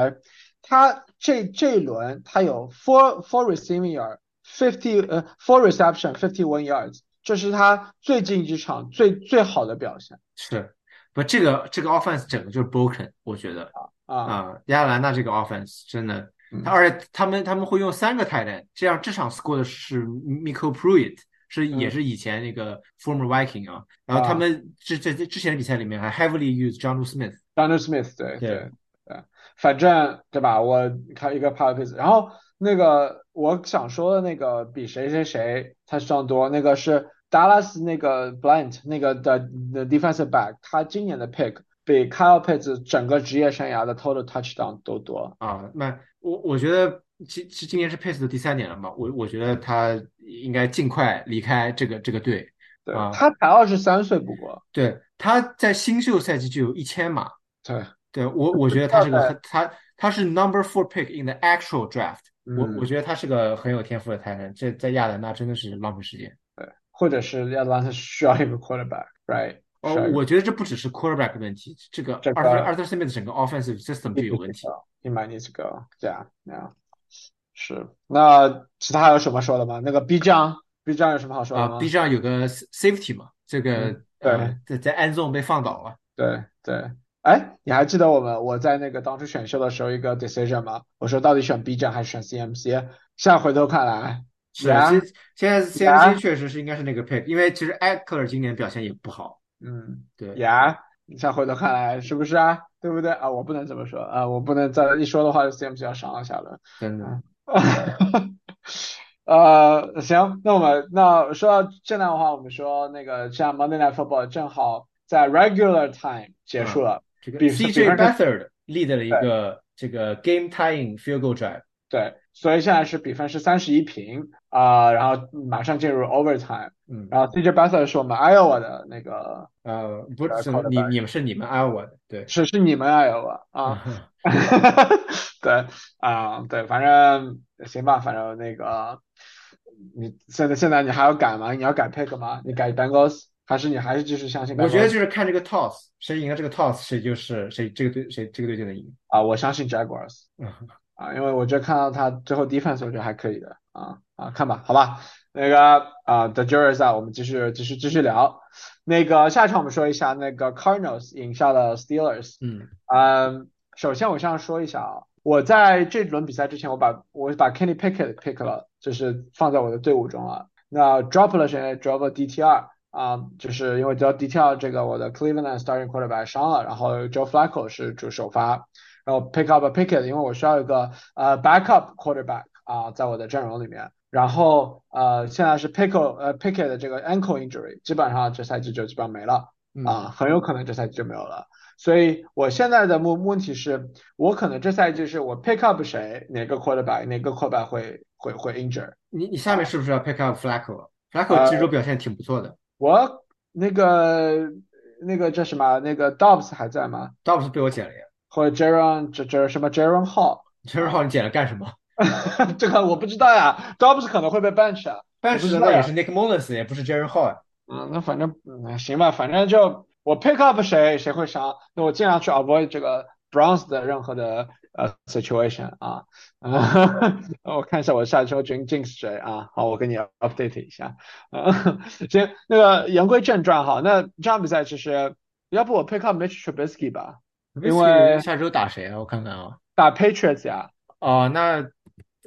A: 他这这一轮他有 four four receiving yard fifty 呃 four reception fifty one yards，这是他最近几场最最好的表现
B: 是不？这个这个 offense 整个就是 broken，我觉得。
A: 啊。
B: 啊，亚特兰大这个 offense 真的，
A: 嗯
B: 他而且他们他们会用三个 tight end，这样这场 score 的是 Michael Pruitt，是
A: 嗯
B: 也是以前那个 former Viking 啊，然后他
A: 啊
B: 们之这这之前的比赛里面还 heavily use John Smith，
A: Donald Smith，对
B: 对
A: 对对，反正对吧？我看一个 p a r k e s 然后那个我想说的那个比谁谁谁他上多，那个是 Dallas 那个 Blunt 那个的的 defensive back，他今年的 pick 比 Kyle Pitts 整个职业生涯的 total touchdown 都多。
B: 啊，那我我觉得今今今年是 Pace 的第三年了嘛，我我觉得他应该尽快离开这个这个队，
A: 对，
B: 啊
A: 他才二十三岁，不过
B: 对，他在新秀赛季就有一千码，
A: 对，
B: 对，我我觉得他是个
A: 对 (laughs)
B: 很他他是 number four pick in the actual draft，我
A: 嗯
B: 我觉得他是个很有天赋的 t a 这在亚特兰大真的是浪费时间。
A: 或者是 Atlanta 需要一个 quarterback，right？
B: 哦
A: 需要一，个
B: 我觉得这不只是 quarterback 的问题，这个
A: 这个
B: Arthur Arthur Smith 整个 offensive system 就有问题。
A: He might need to go. Yeah, yeah. 是，那其他还有什么说的吗？那个 B 站，B 站有什么好说的
B: 啊
A: 吗？
B: ，B 站有个 safety 嘛，这个
A: 嗯对
B: 呃在在 end zone 被放倒了。
A: 对对，哎，你还记得我们我在那个当初选秀的时候一个 decision 吗？我说到底选 B 站还是选 CMC？现在回头看来，
B: 是，
A: Yeah
B: 现现在
A: Yeah
B: CMC 确实是应该是那个 pick，因为其实 Eckler 今年表现也不好。
A: 嗯，
B: 对，
A: 呀，你现在回头看来是不是啊？对不对啊？我不能这么说啊，我不能再一说的话，CMC 要上了啊下轮。
B: 真的。
A: (laughs) 呃，行，那我们那说到正南的话，我们说那个像 Monday Night Football 正好在 regular time 结束了，
B: 这个
A: 比比
B: CJ
A: 方说
B: Beathard lead 了一个这个 game tying field goal drive。
A: 对，所以现在是比分是三十一平啊、然后马上进入 overtime，
B: 嗯，
A: 然后 CJ Beathard 是我们 Iowa 的那个
B: 呃，不
A: 呃
B: 是
A: 靠得
B: 你
A: 白
B: 你们是你们 Iowa 的，对
A: 是是你们 Iowa 啊，
B: (laughs)
A: (laughs)
B: 啊，
A: 对啊、对，反正行吧，反正那个你现在现在你还要改吗？你要改 pick 吗？你改 Bengals 还是你还是继续相信
B: 我觉得
A: Bengals？
B: 就是看这个 toss 谁赢了这个 toss 谁就是谁这个队谁这个队就能赢。
A: 啊，我相信 Jaguars
B: 嗯
A: 啊，因为我觉得看到他最后 defense 我觉得还可以的啊啊，看吧，好吧，那个啊，The jury is out，我们继续继续继续聊。那个下一场我们说一下那个 Cardinals 赢下了 Steelers。
B: 嗯
A: 嗯，首先我想说一下啊，我在这轮比赛之前，我把我把 Kenny Pickett pick 了，就是放在我的队伍中了。那 drop 了谁呢？drop 了 DTR 啊，就是因为得到 DTR 这个我的 Cleveland starting quarterback 伤了，然后 Joe Flacco 是主首发，然后 pick up Pickett，因为我需要一个呃 backup quarterback 啊，在我的阵容里面。然后呃，现在是 Pickle 呃 Pickett 的这个 ankle injury，基本上这赛季就基本上没了
B: 嗯
A: 啊，很有可能这赛季就没有了。所以我现在的目问题是，我可能这赛季是我 pick up 谁，哪个 quarterback，哪个 quarterback 会会会 injure。
B: 你你下面是不是要 pick up
A: 呃
B: Flacco？Flacco 这周表现挺不错的
A: 我那个那个叫什么？啊那个 Dobbs 还在吗？
B: ，Dobbs 被我捡了呀。
A: 或者 Jaron 这这什么 Jaron Hall？ (laughs)
B: 陈志浩你捡了干什么？
A: 这个我不知道呀，Dobbs 可能会被 bench 啊。
B: 但是
A: 我不知道
B: 那
A: 呀
B: 也是 Nick Mullins，也不是 Jaron Hall 啊。
A: 嗯，那反正嗯行吧，反正就我 pick up 谁谁会伤，那我尽量去 avoid 这个 Browns 的任何的呃 situation 啊。 (laughs) 嗯，我看一下我下周 Jin Jinx 谁啊？好，我给你 update 一下。啊，行，那个言归正传哈，那这场比赛其实要不我 pick up Mitch Trubisky 吧，因为
B: 下周打谁啊？我看看啊。
A: 打 Patriots 呀，
B: 哦，那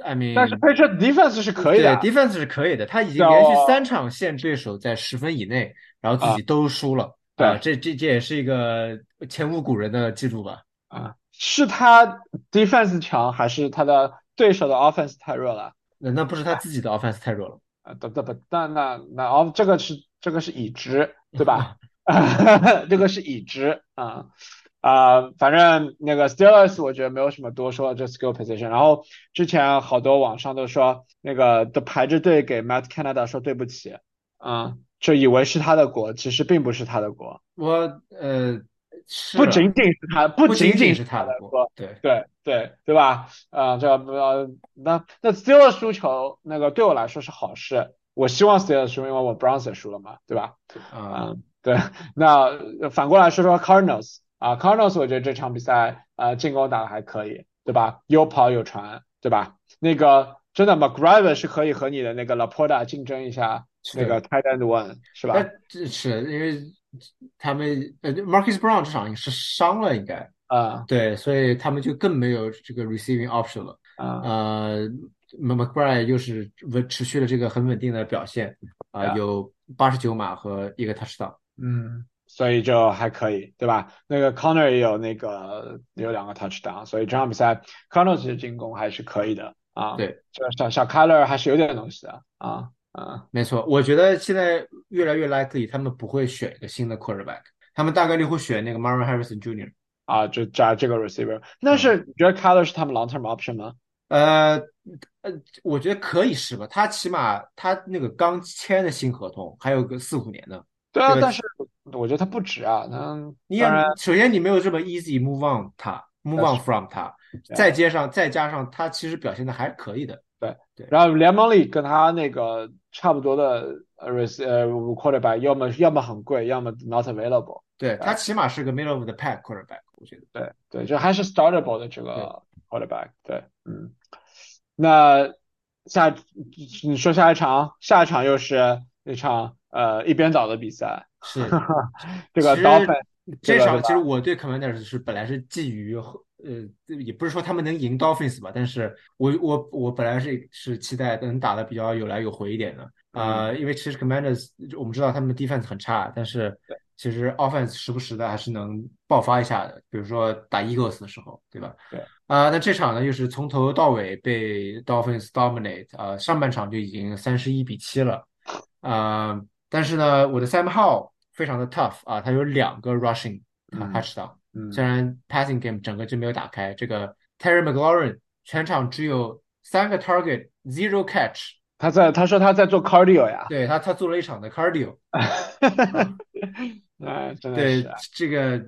B: I mean，
A: 但是 Patriots defense 是可以的。
B: 嗯对，defense 是可以的，他已经
A: 叫
B: 连续三场限对手在十分以内，然后自己都输了。
A: 啊对
B: 啊，这这这也是一个前无古人的记录吧？
A: 啊，是他 defense 强，还是他的对手的 offense 太弱了？
B: 那那不是他自己的 offense 太弱了，
A: 啊，不不不，那那那哦，这个是这个是已知，对吧？ (laughs) 这个是已知啊啊、反正那个 Steelers 我觉得没有什么多说的，这 skill position。然后之前好多网上都说那个都排着队给 Matt Canada 说对不起，嗯，就以为是他的锅，其实并不是他的锅，
B: 我呃是
A: 不仅仅是他，不
B: 不仅
A: 仅
B: 是他
A: 的
B: 的
A: 锅。
B: 锅，对，
A: 对对对吧？啊、这呃，那那 Steelers 输球，那个对我来说是好事。我希望 Steelers 输，因为我 Browns 也输了嘛，对吧？
B: 啊、
A: 嗯，对。那呃反过来说说 Cardinals 啊，Cardinals 我觉得这场比赛啊、呃进攻打得还可以，对吧？有跑有传，对吧？那个真的 McGriver 是可以和你的那个 Laporta 竞争一下
B: 是哎
A: 那个 tight end one 是吧？
B: 但这是因为他们呃，Marcus Brown 这场也是伤了，应该
A: 啊
B: 对，所以他们就更没有这个 receiving option 了。
A: 啊
B: 呃，McBride 又是稳持续了这个很稳定的表现啊、
A: Yeah.
B: 有八十九码和一个 touchdown。
A: 嗯，所以就还可以，对吧？那个 Connor 也有那个有两个 touchdown，所以这场比赛 Connor 其实进攻还是可以的啊。
B: 对，
A: 这小小 Kyler 还是有点东西的啊啊
B: 没错，我觉得现在越来越 likely 他们不会选一个新的 quarterback，他们大概率会选那个 Marvin Harrison Jr.。
A: 啊！就加这个 receiver，但是你觉得 Kyler 是他们 long term option 吗？
B: 呃呃，我觉得可以是吧？他起码他那个刚签的新合同还有个四五年呢。
A: 对啊，
B: 对
A: 但是我觉得他不值啊。那
B: 你也
A: 当然，
B: 首先你没有这么 easy move on 他，move
A: That's
B: on from 他，
A: Yeah.
B: 再加上再加上他其实表现的还可以的。
A: 然后联盟里跟他那个差不多的呃 rec 呃 quarterback，要么要么很贵，要么 not available。
B: 对，他起码是个 middle of the pack quarterback，我
A: (laughs)
B: 觉得。
A: 对对，就还是 startable 的这个 quarterback。对，嗯，那下你说下一场，下一场又是一场呃一边倒的比赛，
B: 是
A: 这个
B: 其实
A: Dolphin 这
B: 这
A: 个
B: 场
A: 对吧
B: 其实我对 Commanders 是本来是寄予呃，也不是说他们能赢 Dolphins 吧，但是我我我本来是是期待能打的比较有来有回一点的
A: 嗯
B: 啊、呃因为其实 Commanders 我们知道他们的 defense 很差，但是其实 offense 时不时的还是能爆发一下的，比如说打 Eagles 的时候，对吧？
A: 对
B: 啊、那这场呢又是从头到尾被 Dolphins dominate 啊、上半场就已经三十一比七了。啊、呃但是呢，我的 Sam Howell 非常的 tough 啊，他有两个 rushing 啊
A: 嗯
B: touchdown，
A: 嗯
B: 虽然 passing game 整个就没有打开。这个 Terry McLaurin 全场只有三个 target zero catch，
A: 他在他说他在做 cardio 呀，
B: 对他他做了一场的 cardio，
A: (laughs) 哎，真的
B: 对
A: 是啊
B: 这个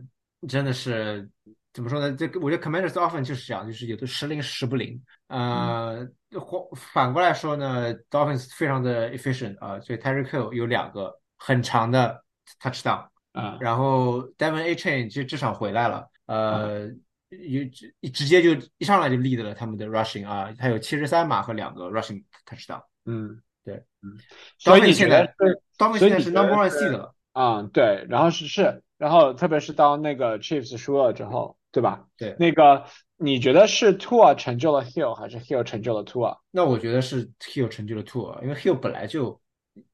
B: 真的是怎么说呢？这个我觉得 Commanders often 就是这样，就是有的时灵时不灵。呃，
A: 嗯
B: 或反过来说呢，Dolphins 非常的 efficient 啊、所以 Terry Hill 有两个很长的 touchdown。
A: 啊
B: 然后 Devon A Chain 这这场回来了，呃，
A: 嗯
B: 有直直接就一上来就 lead 了他们的 rushing 啊，他有七十三码和两个 rushing touchdown。
A: 嗯
B: 对
A: 嗯，所以
B: Dolphins
A: 你
B: 现
A: 觉得
B: 在
A: 是所
B: Dolphins
A: 以
B: 现在
A: 你
B: 是
A: 觉得
B: number one
A: 是
B: seed 了，
A: 啊、对，然后是是，然后特别是当那个 Chiefs 输了之后，对吧？
B: 对
A: 那个你觉得是 Tua 成就了 Hill，还是 Hill 成就了 Tua？
B: 那我觉得是 Hill 成就了 two 啊，因为 Hill 本来就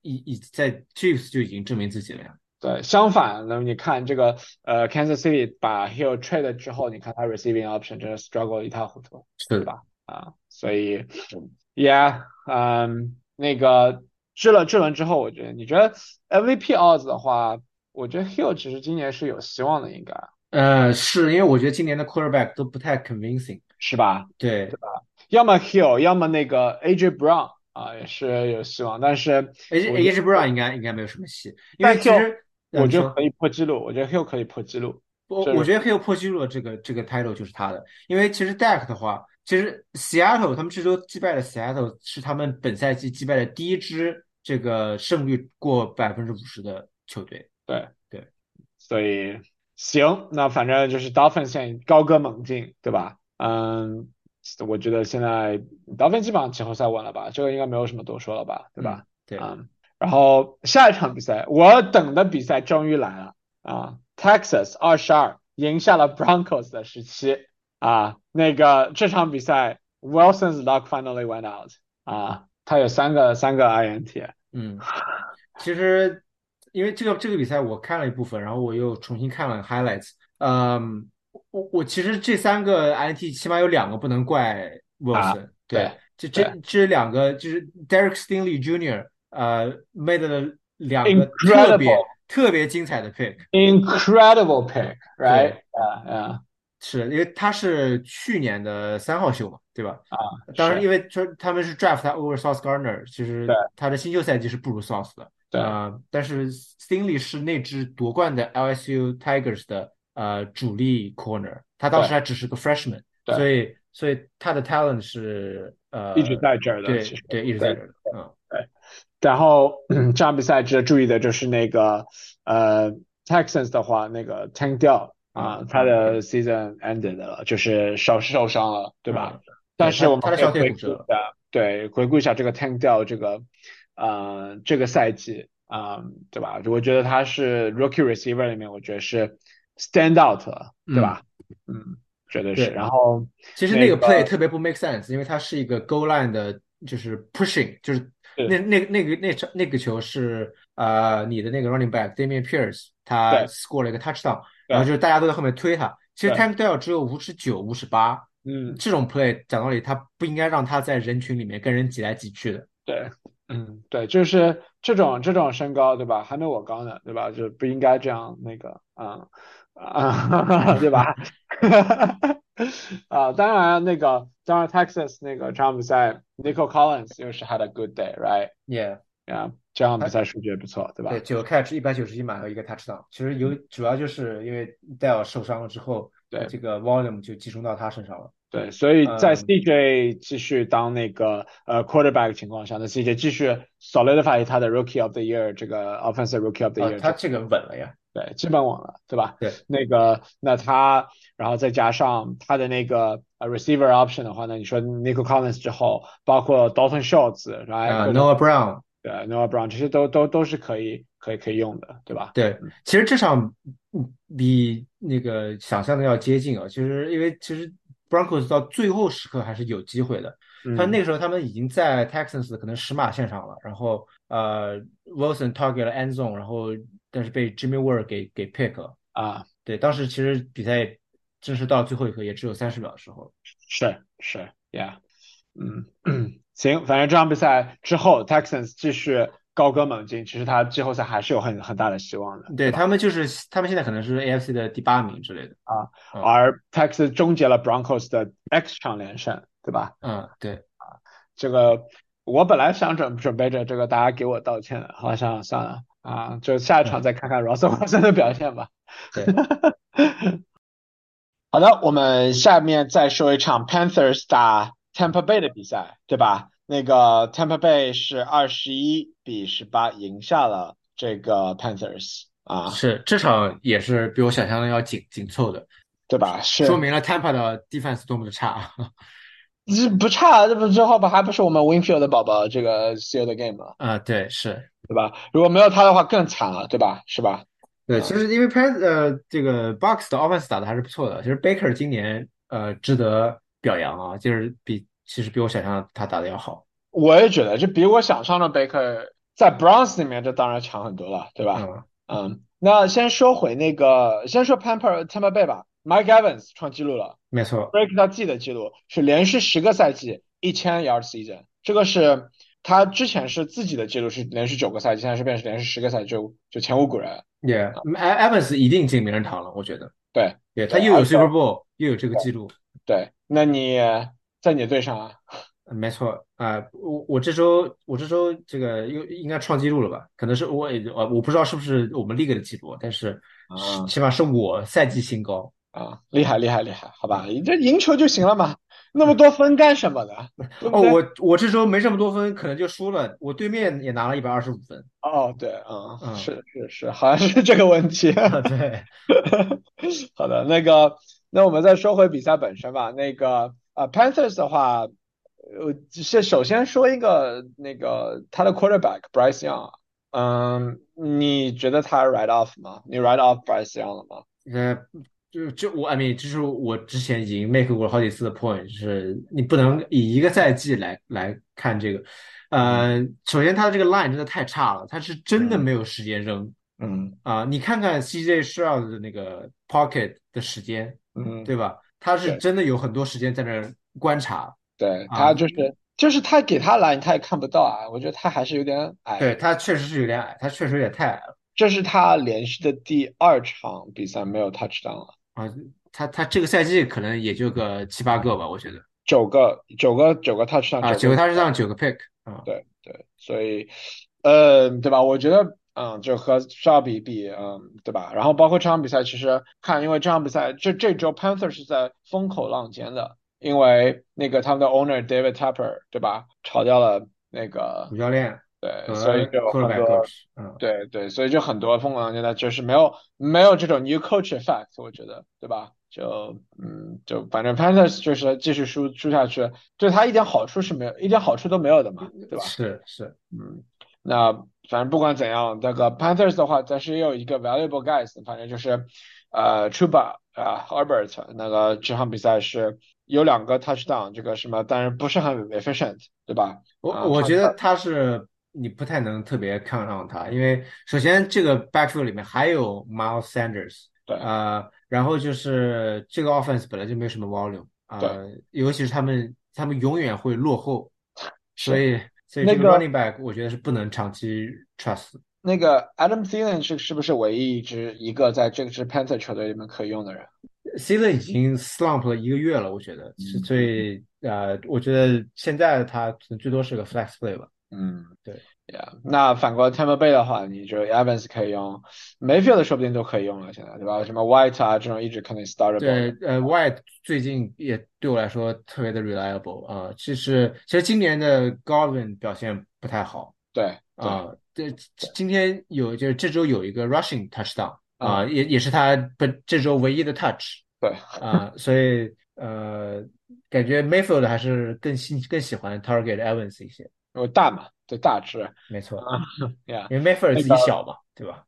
B: 已已在 Chiefs 就已经证明自己了呀。
A: 对，相反，那么你看这个呃 Kansas City 把 Hill trade 了之后，你看他 receiving option 真的 struggle 得一塌糊涂
B: 是
A: 的啊，所以 yeah，嗯，那个这轮这轮之后，我觉得你觉得 MVP odds 的话，我觉得 Hill 其实今年是有希望的，应该
B: 呃，是因为我觉得今年的 quarterback 都不太 convincing，
A: 是吧？
B: 对
A: 要么 Hill，要么那个 AJ Brown 啊，也是有希望，但是
B: ，H
A: 我觉
B: H Brown 应该应该没有什么戏，因
A: 但
B: 为其
A: Hill-
B: 实呃
A: 我
B: 你
A: 觉得
B: 说
A: 可以破纪录，我觉得 Hill 可以破纪录。
B: 我
A: 这
B: 我
A: 是
B: 觉得 Hill 破纪录的这个这个 title 就是他的，因为其实 Dak 的话，其实 Seattle 他们这周击败了 Seattle，是他们本赛季击败的第一支这个胜率过百分之五十的球队。
A: 对
B: 对，
A: 所以行，那反正就是 Dolphin 现在高歌猛进，对吧？嗯，我觉得现在 Dolphin 基本上季后赛完了吧，这个应该没有什么多说了吧，对吧？
B: 对，
A: 嗯，然后下一场比赛，我等的比赛终于来了啊，Texas 二十二赢下了 Broncos 的十七啊，那个这场比赛 Wilson's luck finally went out 啊，他有三个三个 INT
B: 嗯，其实因为这个这个比赛我看了一部分，然后我又重新看了 highlights，嗯，我我其实这三个 INT 起码有两个不能怪
A: 啊，
B: Wilson，对，
A: 对
B: 这
A: 对
B: 这这两个就是 Derek Stingley Jr. 呃 made 了两个特别
A: ，incredible。
B: 特别精彩的 pick，
A: Incredible 啊 pick, right?
B: 对，
A: Yeah, yeah,
B: 是因为他是去年的三号秀嘛，对吧？
A: 啊，
B: 当然，
A: 是，
B: 因为就是他们是 draft 他 over Sauce Gardner，其
A: 对
B: 实他的新秀赛季是不如 Sauce 的，
A: 对，
B: 呃，但是 Stingley 是那支夺冠的 LSU Tigers 的呃主力 corner，他当
A: 对，
B: 时还只是个 freshman，
A: 对，
B: 所以所以他的 talent 是
A: 一直
B: 呃
A: 在这儿的，其
B: 对
A: 实，
B: 对一直
A: 对，
B: 在这儿的，嗯，
A: 对。然后 (clears throat) 这场比赛值得注意的就是那个呃，Texans 的话，那个 Tank Dell
B: 啊
A: 啊，他
B: 对
A: 的 season ended 了，就是手受伤了，对吧？
B: 啊，
A: 但
B: 对
A: 是
B: 他
A: 我们
B: 他的
A: 可以
B: 小腿
A: 回
B: 骨
A: 顾
B: 折
A: 一
B: 了，
A: 下，对，回顾一下这个 Tank Dell 这个呃这个赛季啊，对吧？我觉得他是 rookie receiver 里面，我觉得是 stand out 了，对
B: 嗯，
A: 吧？嗯，绝对是。
B: 对。
A: 然后
B: 其实
A: 那
B: 那个 play
A: 个
B: 特别不 make sense，因为它是一个 goal line 的，就是 pushing，就是那
A: 是，
B: 那那个那场那个球是呃你的那个 running back Damian Pierce 他
A: 对
B: score 了一个 touchdown，然后
A: 对
B: 就是大家都在后面推他。其实
A: 对，
B: Tank Dell 只有五十九、五十八，
A: 嗯。
B: 这种 play 讲道理他不应该让他在人群里面跟人挤来挤去的。
A: 对，嗯，对，就是这种这种身高，对吧？还没我高呢，对吧？就不应该这样那个，嗯，啊， (laughs) 对吧？啊，当然那个，当然 Texas 那个这场比赛，Nico Collins 又是 had a good day，right？
B: Yeah，
A: 啊，这场比
B: 他
A: 赛数据也不错，对
B: 对
A: 吧？
B: 九个 catch 一百九十一码和一个 touchdown，其实有
A: 嗯，
B: 主要就是因为 Dell 受伤了之后，
A: 对。
B: 这个 volume 就集中到他身上了。
A: 对，所以在
B: 嗯，
A: CJ 继续当那个呃 quarterback 情况下，那 CJ 继续 solidify 他的 Rookie of the Year 这个 Offensive Rookie of the
B: 啊，
A: Year
B: 他
A: 这个。
B: 这个稳了呀。
A: 对，基本稳了，对吧？
B: 对。
A: 那个，那他，然后再加上他的那个呃 receiver option 的话呢，你说 Nico Collins 之后，包括 Dalton Schultz，然后还
B: 啊
A: 各种
B: ，Noah Brown，
A: 对 Noah Brown，这些都都都是可以可以可以用的，对吧？
B: 对，其实这场嗯比那个想象的要接近啊，就是因为其实 Broncos 到最后时刻还是有机会的。他
A: 嗯，
B: 那个时候他们已经在 Texans 的可能十码线上了，然后呃 Wilson target 了 end zone，然后但是被 Jimmy Ward 给给 pick 了。
A: 啊，
B: 对，当时其实比赛正式到最后一刻也只有三十秒的时候。
A: 是是，Yeah。嗯， (clears throat) 行，反正这场比赛之后，Texans 继续高歌猛进，其实他季后赛还是有很很大的希望的，对
B: 对，
A: 吧？
B: 他们就是他们现在可能是 AFC 的第八名之类的。
A: 啊，
B: 嗯
A: 而 Texas 终结了 Broncos 的 X 场连胜，对吧？
B: 嗯，对。
A: 这个我本来想准准备着这个大家给我道歉的，好想想算了啊，就下一场
B: 嗯，
A: 再看看 Russell Wilson 的表现吧。 (laughs)
B: 对，
A: 好的，我们下面再说一场 Panthers 打 Tampa Bay 的比赛，对吧？那个 Tampa Bay 是二十一比十八赢下了这个 Panthers 啊，
B: 是这场也是比我想象的要紧紧凑的。
A: 对吧？
B: 说
A: 是。
B: 明了 Tampa 的 defense 多么的差。 (laughs)
A: 这不差，这不之后吧，还不是我们 Winfield 的宝宝这个 seal 的 game 吗？
B: 啊、对，是，
A: 对吧？如果没有他的话更惨了，对吧？是吧？
B: 对，
A: 啊，
B: 其实因为 Pan 呃这个 Box 的 offense 打的还是不错的，其实 Baker 今年呃值得表扬啊，就是比其实比我想象他打的要好。
A: 我也觉得这比我想象的 Baker 在 Browns 里面这当然强很多了，对吧？
B: 嗯，
A: 嗯，那先说回那个，先说 Pamper Tampa Bay 吧，Mike Evans 创纪录了
B: 没错，
A: ，break 他自己的记录，是连续十个赛季一千 yard season，这个是他之前是自己的记录是连续九个赛季，现在是变成连续十个赛季就就前无古人，
B: 也、yeah,，Evans 一定进名人堂了，我觉得，
A: 啊对
B: 对，他
A: 对，
B: 又
A: 而
B: 有
A: 且
B: Super Bowl，又有这个
A: 对
B: 记录，
A: 对，那你在你的队上啊？
B: 没错啊、我我这周我这周这个又应该创纪录了吧？可能是我也呃我不知道是不是我们 league 的记录，但是是
A: 啊
B: 起码是我赛季新高。
A: 啊，厉害厉害厉害，好吧，
B: 嗯。
A: 你这赢球就行了嘛，那么多分干什么呢？ (laughs) 对不
B: 哦，
A: 对？
B: 我我这周没这么多分，可能就输了。我对面也拿了一百二十五
A: (laughs)
B: 分。
A: 哦，对，嗯，
B: 嗯，
A: 是是是，好像是这个问题。 (laughs)
B: 啊，对，
A: 好的，那个，那我们再说回比赛本身吧。那个，呃，Panthers 的话，呃，是首先说一个那个他的 quarterback Bryce Young，嗯，你觉得他 write off 吗？你 write off Bryce Young 了吗？
B: 呃，就就我，I mean，就是我之前已经 make 过好几次的 point，就是你不能以一个赛季来来看这个。
A: 嗯
B: 呃，首先他的这个 line 真的太差了，他是真的
A: 嗯
B: 没有时间扔
A: 嗯，
B: 啊、你看看 CJ s h r o u d 的那个 pocket 的时间，
C: 嗯，
B: 对吧？他是
A: 对
B: 真的有很多时间在那儿观察，
A: 对
B: 啊
A: 他就是就是他给他拦他也看不到啊，我觉得他还是有点矮。
B: 对，他确实是有点矮，他确实有点太矮了
A: 这是他连续的第二场比赛没有 touchdown 了，
B: 啊。他他这个赛季可能也就个七八个吧，我觉得
A: 九个九个九个 touchdown，
B: 啊，
A: 九
B: 九
A: 个
B: 个他是让九个 pick 啊，
A: 对对，所以，呃，对吧？我觉得，嗯，就和肖比比，嗯，对吧？然后包括这场比赛，其实看，因为这场比赛这这周 Panther 是在风口浪尖的，因为那个他们的 owner David Tepper，对吧？炒掉了那个，
B: 主教练
A: 对，呃所以
B: 和
A: 就有很
B: 呃 quarterback
A: 多。
B: coach，嗯，
A: 对对，所以就很多疯狂现在就是没有没有这种 new coach effect，我觉得，对吧？就嗯，就反正 Panthers 就是继续输输下去，对他一点好处是没有，一点好处都没有的嘛，对吧？
B: 是是，
A: 嗯，那反正不管怎样，那个 Panthers 的话，但是也有一个 valuable guys，反正就是呃 Chuba 啊、Herbert 那个这场比赛是有两个 touchdown，这个什么，但是不是很 efficient，对吧？啊、
B: 我我
A: 他
B: 觉得他是你不太能特别看上他，因为首先这个 backfield 里面还有 Miles Sanders，
A: 对
B: 呃，然后就是这个 offense 本来就没什么 volume，呃，尤其是他们他们永远会落后，所以所以
A: 那
B: 这个
A: 个
B: running back 我觉得是不能长期 trust，
A: 那个 Adam Thielen 是是不是唯一一支一个在这支 Panther 球队里面可以用的人？
B: C 轮已经 slump 了一个月了，我觉得，
A: 嗯
B: 是所以呃，我觉得现在他可能最多是个 flex play 吧。
A: 嗯，
B: 对
A: ，Yeah。那反过 Tampa Bay 的话，你就 Evans 可以用，Mayfield 说不定都可以用了，现在对吧？什么 White 啊这种一直可能 startable
B: 对
A: 的，，
B: 呃，White 最近也对我来说特别的 reliable 啊、其实其实今年的 Godwin 表现不太好
A: 对对
B: 啊、这今天有就是这周有一个 rushing touchdown 啊、
A: 嗯
B: 也也是他本这周唯一的 touch
A: 对，
B: 啊、所以呃，感觉 Mayfield 还是更喜更喜欢 target Evans 一些，
A: 因为大嘛，对大只
B: 没错，
A: ，Yeah。
B: 因为 Mayfield
A: 那
B: 自己
A: 个
B: 小嘛，对吧？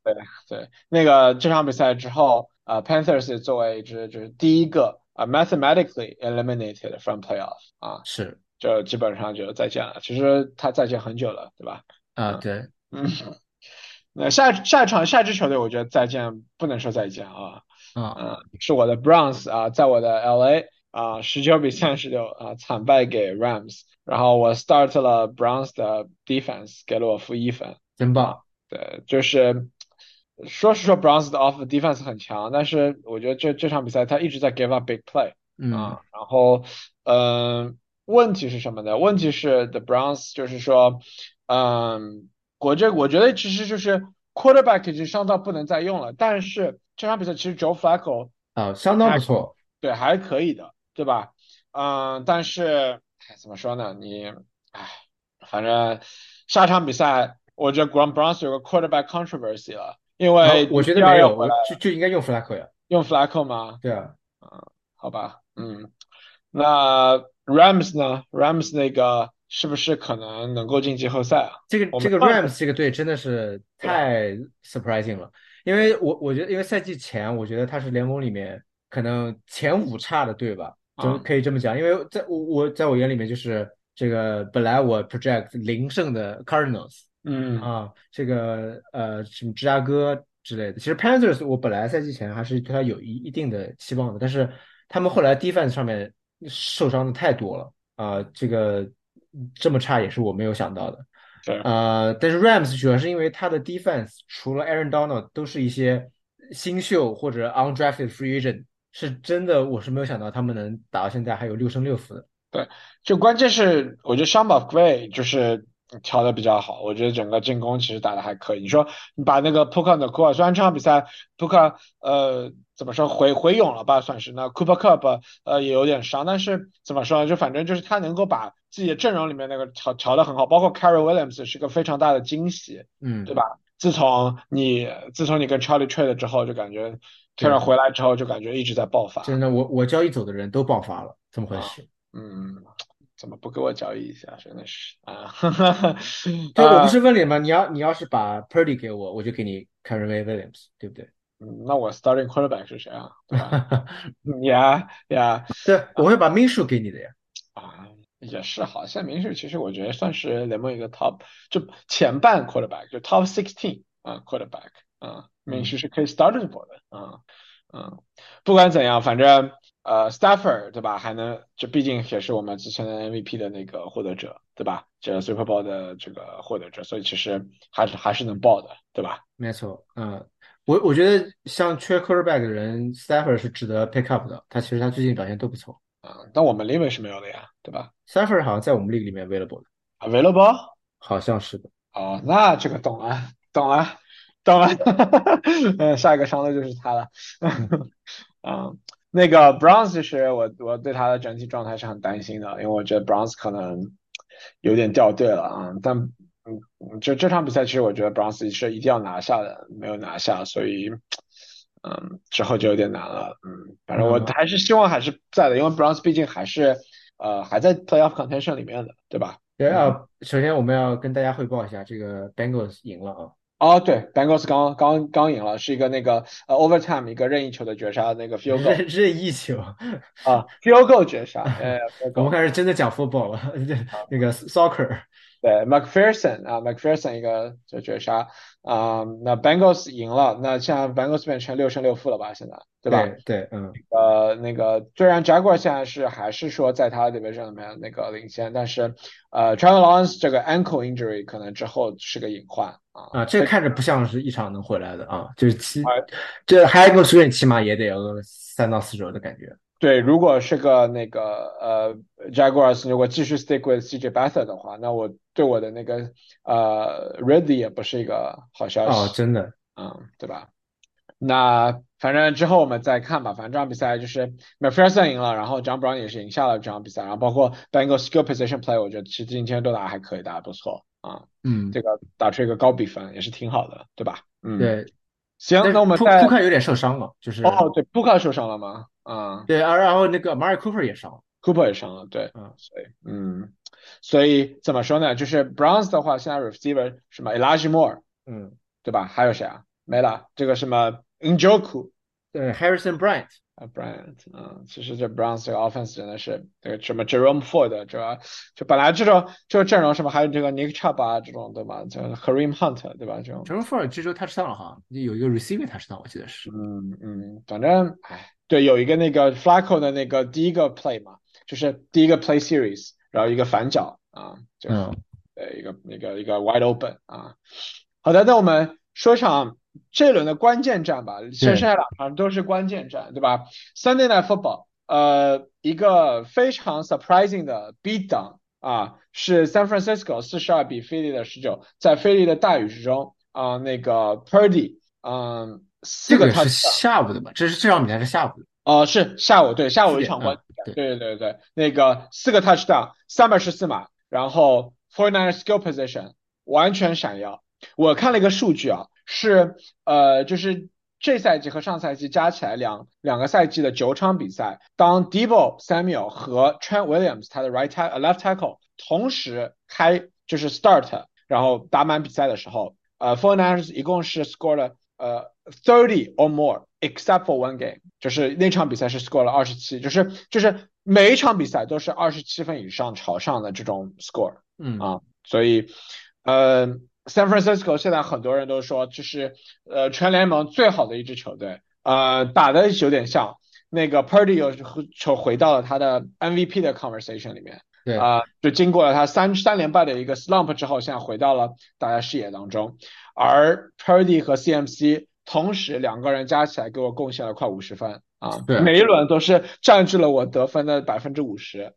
A: 对，那个这场比赛之后，呃，Panthers 也作为一支就是第一个啊、mathematically eliminated from playoff 啊，
B: 是
A: 就基本上就再见了。其实他再见很久了，对吧？
B: 啊、对，
A: 嗯， (laughs) 那下一下一场下一支球队，我觉得再见不能说再见啊，
B: 啊、
A: 嗯、是我的 Browns 啊、在我的 LA 啊、十九比三十六啊，惨败给 Rams，然后我 start 了 Browns 的 defense，给了我负一分，
B: 真棒，
A: 对，就是说是说 Browns 的 off defense 很强，但是我觉得这这场比赛他一直在 give up big play。
B: 嗯
A: 啊，然后，嗯，问题是什么呢？问题是 The Browns 就是说，嗯，我这我觉得其实就是 quarterback 已经伤到不能再用了，但是这场比赛其实 Joe Flacco
B: 啊、相当不错，
A: 对还可以的，对吧？嗯，但是哎怎么说呢？你哎，反正下场比赛，我觉得 Grand Browns 有个 quarterback controversy 了，因
B: 啊
A: 为
B: 我觉得
A: 第二
B: 没
A: 要
B: 有，
A: 回
B: 我
A: 来
B: 就就应该用 Flacco 呀，
A: 用 Flacco 吗？
B: 对啊，
A: 好吧，嗯，那 Rams 呢？Rams 那个是不是可能能够进季后赛啊？
B: 这个
A: 我们
B: 这个
A: 上
B: Rams 这个队真的是太 surprising 了，因为我我觉得，因为赛季前我觉得他是联盟里面可能前五差的队吧，就
A: 啊
B: 可以这么讲，因为在我我在我眼里面就是这个本来我 project 零胜的 Cardinals
A: 嗯
B: 啊，这个呃什么芝加哥之类的，其实 Panthers 我本来赛季前还是对他有一一定的期望的，但是他们后来 defense 上面受伤的太多了啊，这个这么差也是我没有想到的。
A: 对
B: 呃，但是 Rams 主要是因为他的 defense 除了 Aaron Donald 都是一些新秀或者 undrafted free agent，是真的我是没有想到他们能打到现在还有六胜六负的。
A: 就关键是我觉得 Sean McVay 就是调的比较好，我觉得整个进攻其实打的还可以。你说你把那个 Puka 的库尔，虽然这场比赛 Puka 呃怎么说回回勇了吧，算是那 Cooper Cup 呃也有点伤，但是怎么说呢，就反正就是他能够把自己的阵容里面那个调调的很好，包括 Carry Williams 是个非常大的惊喜。
B: 嗯，
A: 对吧？自从你自从你跟 Charlie trade 了之后，就感觉 t a y l 回来之后，就感觉一直在爆发。
B: 真的，我我交易走的人都爆发了，怎么
A: 啊
B: 回事？
A: 嗯，怎么不给我交易一下？真的是啊，
B: 嗯对，我不
A: 啊
B: 是问你吗？你要你要是把 Purdy 给我，我就给你 c a r r y Williams，对不对？ (laughs)
A: 嗯那我 starting quarterback 是谁啊？ (laughs) 对吧？呀呀
B: 对，我会把 Minshew 给你的呀。
A: 啊，也是好。现在名士其实我觉得算是联盟一个 top，就前半 quarterback，就 top sixteen 啊 quarterback 啊，名士是可以 startable 的啊。嗯，不管怎样，反正呃，Stafford 对吧？还能这毕竟也是我们之前的 MVP 的那个获得者，对吧？这 Super Bowl 的这个获得者，所以其实还是还是能报的，对吧？
B: 没错，嗯，我我觉得像缺 quarterback 的人，Stafford 是值得 pick up 的。他其实他最近表现都不错
A: 嗯，但我们 Limit 是没有的呀，对吧
B: ，Stafford 好像在我们 league 里面 available 的，
A: ？Available？
B: 好像是的。
A: 哦，那这个懂了，懂了，懂了。 (laughs) 嗯，下一个伤的就是他了。 (laughs) 嗯，那个 Browns 其实我我对他的整体状态是很担心的，因为我觉得 Browns 可能有点掉队了啊。但嗯，嗯就这场比赛其实我觉得 Browns 是一定要拿下的，没有拿下，所以嗯之后就有点难了。嗯，反正我
B: 嗯
A: 还是希望还是在的，因为 Browns 毕竟还是呃还在 playoff contention 里面的，对吧？
B: 对啊，首先我们要跟大家汇报一下，这个 Bengals 赢了啊。
A: 哦，对，Bengals 刚刚刚赢了，是一个那个呃 overtime 一个任意球的绝杀，那个 field
B: (laughs)
A: goal
B: 任任意球，
A: 啊，field goal 绝杀，呃，field
B: 我
A: goal，
B: 们开始真的讲 football 了， (laughs) 那个 soccer。
A: 对，McPherson 啊，McPherson 一个就绝杀啊，那 Bengals 赢了，那现在 Bengals 变成六胜六负了吧，现在对吧？
B: 对对，嗯，
A: 呃，那个虽然 Jaguar 现在是还是说在他的 division 里面那个领先，但是呃 Trevor Lawrence 这个 ankle injury 可能之后是个隐患啊，
B: 啊，这看着不像是一场能回来的啊，就是起
A: 哎，
B: 这 high g o screen 起码也得有个三到四周的感觉。
A: 对，如果是个那个呃，Jaguars 如果继续 stick with CJ Beathard 的话，那我对我的那个呃 Ridley 也不是一个好消
B: 哦，
A: 息，
B: 真的，
A: 嗯，对吧？那反正之后我们再看吧。反正这场比赛就是 McPherson 赢了，然后 John Brown 也是赢下了这场比赛，然后包括 Bengals skill position play，我觉得其实今天都打得还可以，打得不错啊，
B: 嗯，
A: 这个打出一个高比分也是挺好的，对吧？嗯，，
B: 对。
A: 行，
B: 但
A: 那我们
B: 库
A: 再
B: 库克有点受伤了，就是
A: 哦，对，Puka 受伤了吗？啊。
B: 对，啊然后那个 Mari Cooper 也伤了，
A: Cooper 也伤了，对，
B: 嗯
A: 所以嗯，所以怎么说呢？就是 Browns 的话，现在 receiver 什么 Elijah Moore
B: 嗯，
A: 对吧？还有谁啊？没了，这个什么 Njoku
B: 对，Harrison Bryant，
A: 啊 Bryant，嗯，其实这 Browns 这个 offense 真的是这个什么 Jerome Ford 这个就本来这种这个阵容什么还有这个 Nick Chubb 啊这种对吧？就 Kareem Hunt 啊对吧？这种
B: j e r o m Ford 这周 touchdown 了哈，有一个 receiving touchdown，我记得是，
A: 嗯嗯，反正哎，对，有一个那个 Flacco 的那个第一个 play 嘛，就是第一个 play series，然后一个反脚啊，就
B: 嗯，
A: 呃，一个一个一个 wide open 啊。好的，那我们说一场这一轮的关键战吧，剩下两场都是关键战，对吧？Sunday Night Football，呃，一个非常 surprising 的 beatdown 啊，是 San Francisco 四十二比菲利的十九，在菲利的大雨之中啊，那个 Purdy，嗯，四
B: 这个
A: 他
B: 是下午的吧？这是这场比赛是下午的，
A: 哦，是下午，对，下午
B: 四
A: 一
B: 点
A: 场关
B: 嗯
A: 对对对对，那个四个 touchdown，三百十四码，然后 four nine skill position 完全闪耀。我看了一个数据啊，是呃，就是这赛季和上赛季加起来两两个赛季的九场比赛，当 Debo Samuel 和 Trent Williams 他的 right tackle、呃 left tackle 同时开就是 start，然后打满比赛的时候，呃 f o r n i n e r s 一共是 score 了呃 thirty or more except for one game，就是那场比赛是 score 了二十七，就是就是每一场比赛都是二十七分以上朝上的这种 score。
B: 嗯
A: 啊所以，呃，San Francisco 现在很多人都说，这是呃全联盟最好的一支球队，呃，打的有点像那个 Purdy 又又回到了他的 MVP 的 conversation 里面，
B: 对
A: 啊、就经过了他三三连败的一个 slump 之后，现在回到了大家视野当中，而 Purdy 和 CMC 同时两个人加起来给我贡献了快五十分啊
B: 对，
A: 每一轮都是占据了我得分的百分之五十。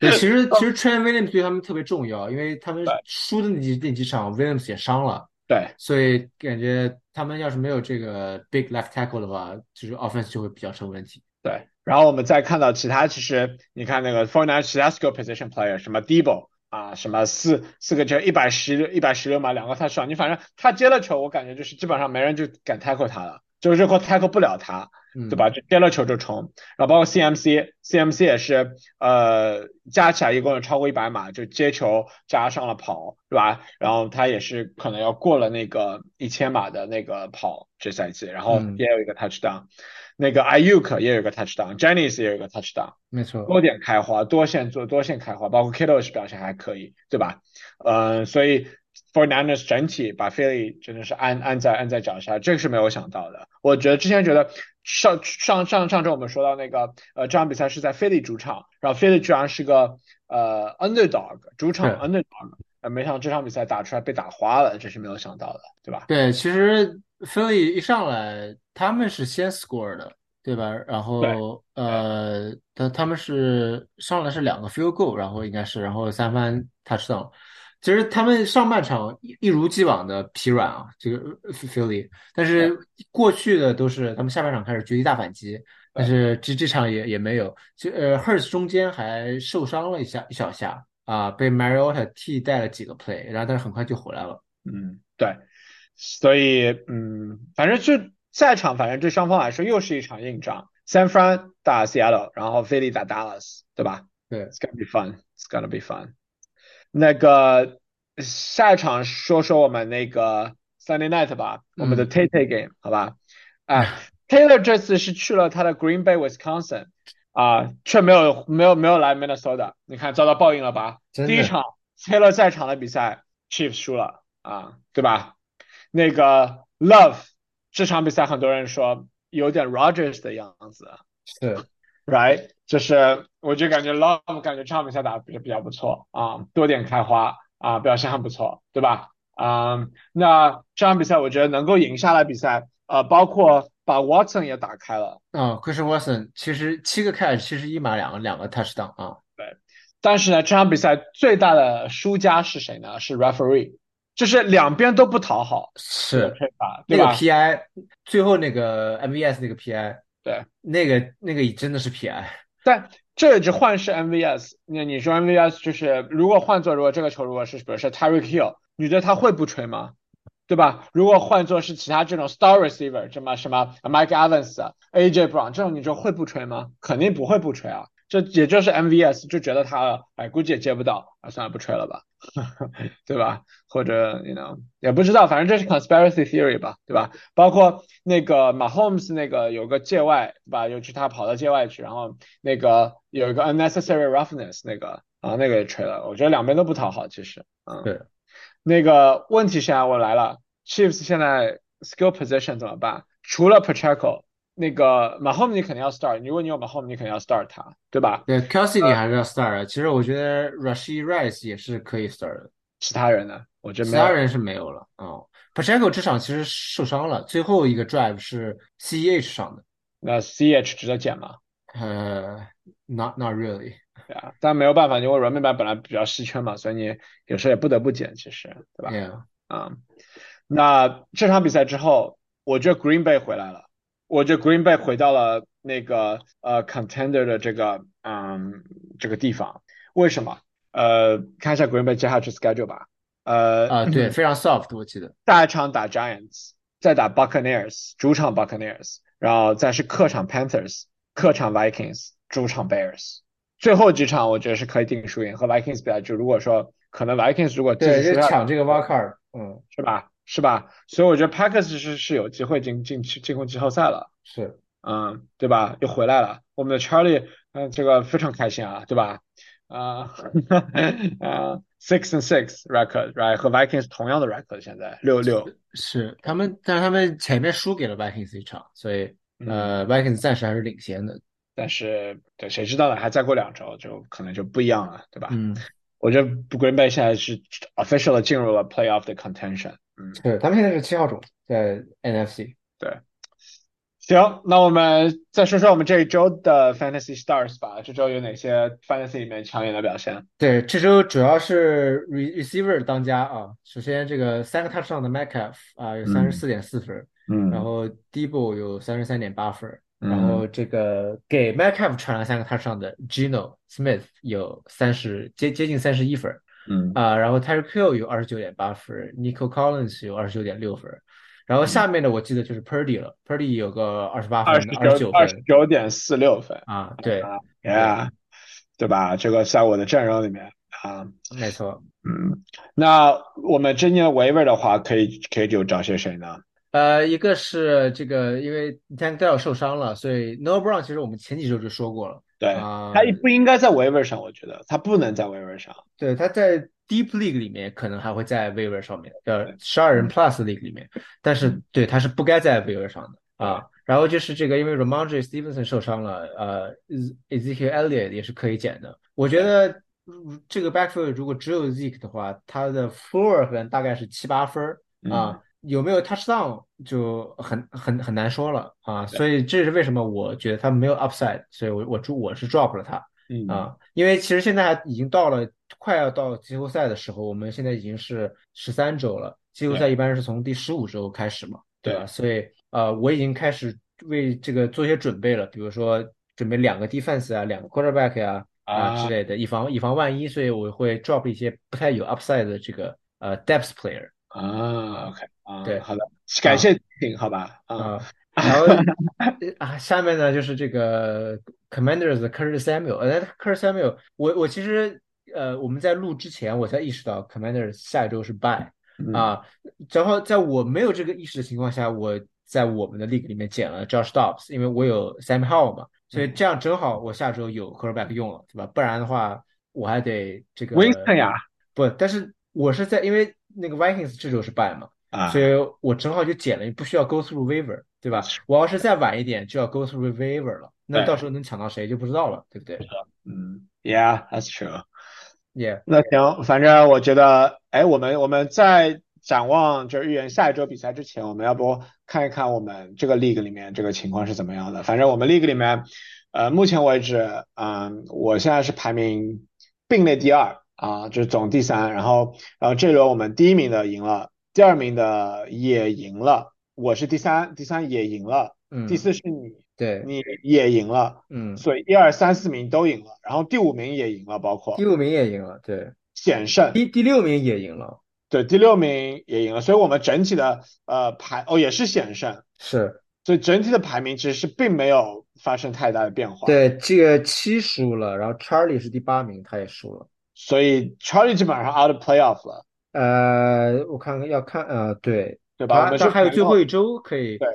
B: 对，其实其实 Trent Williams 对他们特别重要，因为他们输的那几那几场 Williams 也伤了，
A: (laughs) 对，
B: 所以感觉他们要是没有这个 big left tackle 的话，就是 offense 就会比较成问题。
A: 对，然后我们再看到其他，其实你看那个 f o r n i n e 其他 skill position player，什么 Debo 啊，什么四四个球一百十六一百十六码，两个 touchdown，你反正他接了球，我感觉就是基本上没人就敢 tackle 他了，就是或 tackle 不了他。
B: 嗯，
A: 对吧？？就接了球就冲，然后包括 CMC，CMC 也是，呃，加起来一共有超过一百码，就接球加上了跑，对吧？然后他也是可能要过了那个一千码的那个跑这赛季，然后
B: 嗯
A: 也有一个 touchdown，、那个 Ayuk 也有一个 touchdown，Jennings 也有一个 touchdown，
B: 没错，
A: 多点开花，多线做多线开花，包括 Kittle 是表现还可以，对吧？嗯、所以 Fernandez 整体把费利真的是按按在按在脚下，这个是没有想到的。我觉得之前觉得上上上上周我们说到那个呃这场比赛是在费利主场，然后费利居然是个呃 underdog 主场 underdog，呃没想到这场比赛打出来被打花了，这是没有想到的，对吧？
B: 对，其实分利一上来他们是先 score 的，对吧？然后呃，他他们是上来是两个 field goal，然后应该是然后三番 touchdown。其实他们上半场一一如既往的疲软啊，这个 Philly，但是过去的都是他们下半场开始绝地大反击，但是这这场也也没有。就呃，Hurts 中间还受伤了一下一小下啊，被 Mariota 替代了几个 play，然后但是很快就回来了。
A: 嗯，对，所以嗯，反正就下一场，反正对双方来说又是一场硬仗。San Fran 打 Seattle，然后菲利打 Dallas，对吧？
B: 对
A: ，It's gonna be fun. It's gonna be fun. 那个下一场说说我们那个 Sunday Night 吧，我们的 Tay Tay Game 好吧？啊，Taylor 这次是去了他的 Green Bay Wisconsin 啊，却没有没有没有来 Minnesota，你看遭到报应了吧？
D: 真的
A: 第一场 Taylor 在场的比赛，Chiefs 输了啊，对吧？那个 Love 这场比赛很多人说有点 Rogers 的样子
D: 是
A: ，right？就是我就感觉 Love 感觉这场比赛打得比比较不错啊，多点开花啊，表现很不错，对吧？啊，那这场比赛我觉得能够赢下来比赛，呃，包括把 Watson 也打开了，
B: 啊，Christian Watson 其实七个 catch，七十一码两个两个 touchdown 啊，
A: 但是呢，这场比赛最大的输家是谁呢？是 referee，就是两边都不讨好，
B: 是
A: 对吧？
B: 那
A: 对
B: 个
A: 吧？
B: PI 最后那个 MVS 那个 PI，
A: 对，
B: 那个那个真的是 PI，
A: 但这也只换是 MVS，那你说 MVS 就是如果换做如果这个球如果是比如说 Tyreek Hill，你觉得他会不吹吗？对吧？如果换做是其他这种 star receiver，什么什么 Mike Evans 啊、AJ Brown 这种，你说会不吹吗？肯定不会不吹啊。这也就是 MVS 就觉得他了，哎，估计也接不到，啊，算了，不吹了吧， (laughs) 对吧？或者 you know 也不知道，反正这是 conspiracy theory 吧，对吧？包括那个 Mahomes 那个有个界外，对吧？尤其他跑到界外去，然后那个有一个 unnecessary roughness 那个啊，那个也吹了。我觉得两边都不讨好，其实，嗯，
B: 对。
A: 那个问题现在我来了，Chiefs 现在 skill position 怎么办？除了 Pacheco，那个 Mahomes 你肯定要 start，如果你有 Mahomes 你肯定要 start 他，对吧？
B: 对 Kelsey 你还是要 start 啊。其实我觉得 Rashid Rice 也是可以 start 的，
A: 其他人呢？我觉得
B: 其
A: 没有
B: 他。人是没有了。哦，Pacheco 这场其实受伤了，最后一个 drive 是 E CEH 上的，
A: 那 CH 值得减吗？
B: 呃，not not really。
A: 对啊，但没有办法，因为 r u n 本来比较稀缺嘛，所以你有时候也不得不减，其实，对吧？
B: Yeah，
A: 啊、那这场比赛之后，我觉得 Green Bay 回来了，我觉得 Green Bay 回到了那个呃 contender 的这个嗯这个地方，为什么？呃，看一下 Green Bay 接下去 schedule 吧。呃
B: 啊，对，非常 soft，我记得。
A: 下一场打 Giants，再打 Buccaneers，主场 Buccaneers，然后再是客场 Panthers，客场 Vikings，主场 Bears。最后几场我觉得是可以定输赢，和 Vikings 比较，就如果说可能 Vikings 如果继续
B: 对，
A: 输
B: 就
A: 下
B: 抢
A: 去，
B: 这个 wild card，嗯，
A: 是吧？是吧？所以我觉得 Packers 是是有机会进进进攻季后赛了。
B: 是，
A: 嗯，对吧？又回来了，我们的 Charlie，嗯、这个非常开心啊，对吧？啊、 (laughs) 啊，six and six record，right 和 Vikings 同样的 record，现在六六，
B: 是他们，但是他们前面输给了 Vikings 一场，所以
A: 嗯，
B: 呃，Vikings 暂时还是领先的。
A: 但是对，谁知道呢？还再过两周就可能就不一样了，对吧？
B: 嗯，
A: 我觉得 Green Bay 现在是 official 地进入了 playoff 的 contention，嗯。
B: 是，他们现在是七号种， (laughs) 在 NFC。
A: 行，那我们再说说我们这一周的 Fantasy Stars 吧。这周有哪些 Fantasy 里面抢眼的表现？啊
B: 对，这周主要是 re receiver 当家啊。首先，这个三个 touchdown 的 Metcalf 啊，有三十四点四分，
A: 嗯
B: 然后 Debo 有三十三点八分，
A: 嗯
B: 然后这个给 Metcalf 传了三个 touchdown 的 Gino Smith 有三十接接近三十一分
A: 嗯
B: 啊，然后 Tyreek Hill 有二十九点八分，Nico Collins 有二十九点六分，然后下面的我记得就是 Purdy 了，Purdy 有个二十八
A: 嗯二
B: 分
A: 十、
B: 二十九
A: 二
B: 分
A: 十九点四六分。
B: 啊，对，
A: Yeah，对吧？这个在我的阵容里面啊，
B: 没错。
A: 嗯，那我们真正维维的话，可以可以就找些谁呢？
B: 呃，一个是这个，因为 Tank Dell 受伤了，所以 Noah Brown 其实我们前几周就说过了
A: 对，
B: 啊、
A: 他不应该在维维上，我觉得他不能在维维上。
B: 对，他在 Deep League 里面可能还会在 Waiver 上面，呃，十二人 Plus League 里面，但是对他是不该在 Waiver 上的啊。然后就是这个，因为 Ramondre Stevenson 受伤了，呃，Ezekiel Elliott 也是可以捡的。我觉得嗯这个 backfield 如果只有 Zeke 的话，他的 floor 可能大概是七八分儿
A: 嗯
B: 啊，有没有 touchdown 就很很很难说了啊。所以这是为什么我觉得他没有 upside，所以我我注我是 drop 了他。
A: 嗯
B: 啊，因为其实现在还已经到了快要到季后赛的时候，我们现在已经是十三周了，季后赛一般是从第十五周开始嘛，对吧？
A: 对
B: 所以呃，我已经开始为这个做一些准备了，比如说准备两个 defense 啊，两个 quarterback 啊
A: 啊
B: 之类的，以防以防万一，所以我会 drop 一些不太有 upside 的这个呃 depth player
A: 啊，OK 啊，
B: 对
A: 好的，感谢提醒，好吧，啊， (laughs)
B: 啊、然后呃啊，下面呢就是这个 Commanders 的 Curtis Samuel，呃，Curtis Samuel，我我其实呃我们在录之前我才意识到 Commanders 下一周是 bye
A: 嗯
B: 啊，然后在我没有这个意识的情况下，我在我们的 league 里面捡了 Josh Dobbs，因为我有 Sam Howell 嘛，所
A: 嗯
B: 以这样正好我下周有 quarterback 用了，对吧？不然的话我还得这个
A: Winston 呀，
B: 不，但是我是在因为那个 Vikings 这周是 bye 嘛。
A: 啊
B: 所以我正好就减了，不需要 go through waiver，对吧？我要是再晚一点就要 go through waiver 了，那
A: 对
B: 到时候能抢到谁就不知道了，对不对
A: 嗯，Yeah，that's true。
B: ？Yeah，
A: 那行，反正我觉得，哎，我们我们在展望就是预言下一周比赛之前，我们要不看一看我们这个 league 里面这个情况是怎么样的？反正我们 league 里面，呃，目前为止，嗯，我现在是排名并列第二啊，就是总第三。然后，然后这轮我们第一名的赢了，第二名的也赢了，我是第三，第三也赢了，
B: 嗯，
A: 第四是你，
B: 对，
A: 你也赢了，
B: 嗯，
A: 所以一二三四名都赢了，然后第五名也赢了，包括
B: 第五名也赢了，对，
A: 险胜。
B: 第第六名也赢了，
A: 对，第六名也赢了，所以我们整体的呃排哦也是险胜，
B: 是，
A: 所以整体的排名其实是并没有发生太大的变化。，
B: 对，这个七输了，然后 Charlie 是第八名，他也输了。
A: 所以 Charlie 基本上 out of playoff 了，
B: 呃，我看看要看，呃，对，
A: 对吧？我
B: 他
A: 们
B: 他
A: 是
B: 还有
A: 排
B: 最
A: 到
B: 后一周可以，
A: 对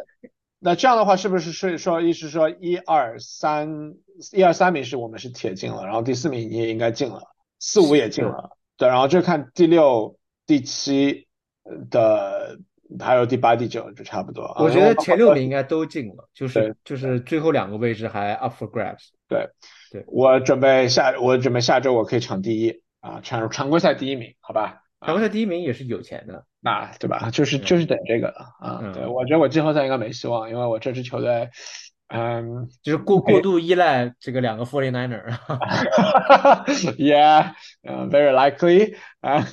A: 那这样的话，是不是是说意思说一二三一二三名是我们是铁进了，然后第四名你也应该进了，四五也进了，对，然后就看第六、第七呃的，还有第八、第九就差不多啊。
B: 我觉
A: 然
B: 得
A: 后
B: 前六名应该都进了，就是
A: 对
B: 就是最后两个位置还 up for grabs。
A: 我准备下，我准备下周我可以抢第一啊，常常规赛第一名，好吧？啊
B: 然后他第一名也是有钱的，
A: 那对吧？就是就是等这个啊。
B: 嗯
A: 对，我觉得我季后赛应该没希望，因为我这支球队，嗯 (laughs)
B: 就是过过度依赖这个两个啊 Forty Niner，
A: ，yeah，嗯，very likely 啊。 (laughs)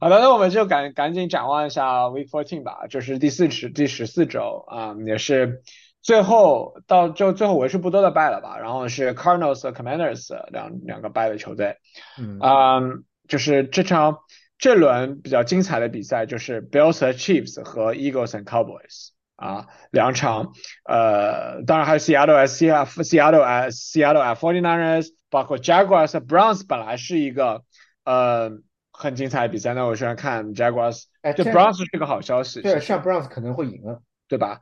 A: 好的，那我们就赶赶紧展望一下 Week Fourteen 吧，就是第四十第十四周啊，也是最后到就最后为数不多的败了吧，然后是 Cardinals 和 Commanders 两两个败的球队。
B: 嗯
A: 嗯，就是这场这轮比较精彩的比赛就是 Bills 和 Chiefs 和 Eagles and Cowboys 啊，两场，呃，当然还有 Seattle S Seattle S Seattle F 49ers，包括 Jaguars 和 Browns 本来是一个呃很精彩的比赛，那我虽然看 Jaguars，
B: 哎
A: 对
B: 这
A: Browns 是个好消息，
B: 对，
A: 其实
B: 像 Browns 可能会赢啊，
A: 对吧？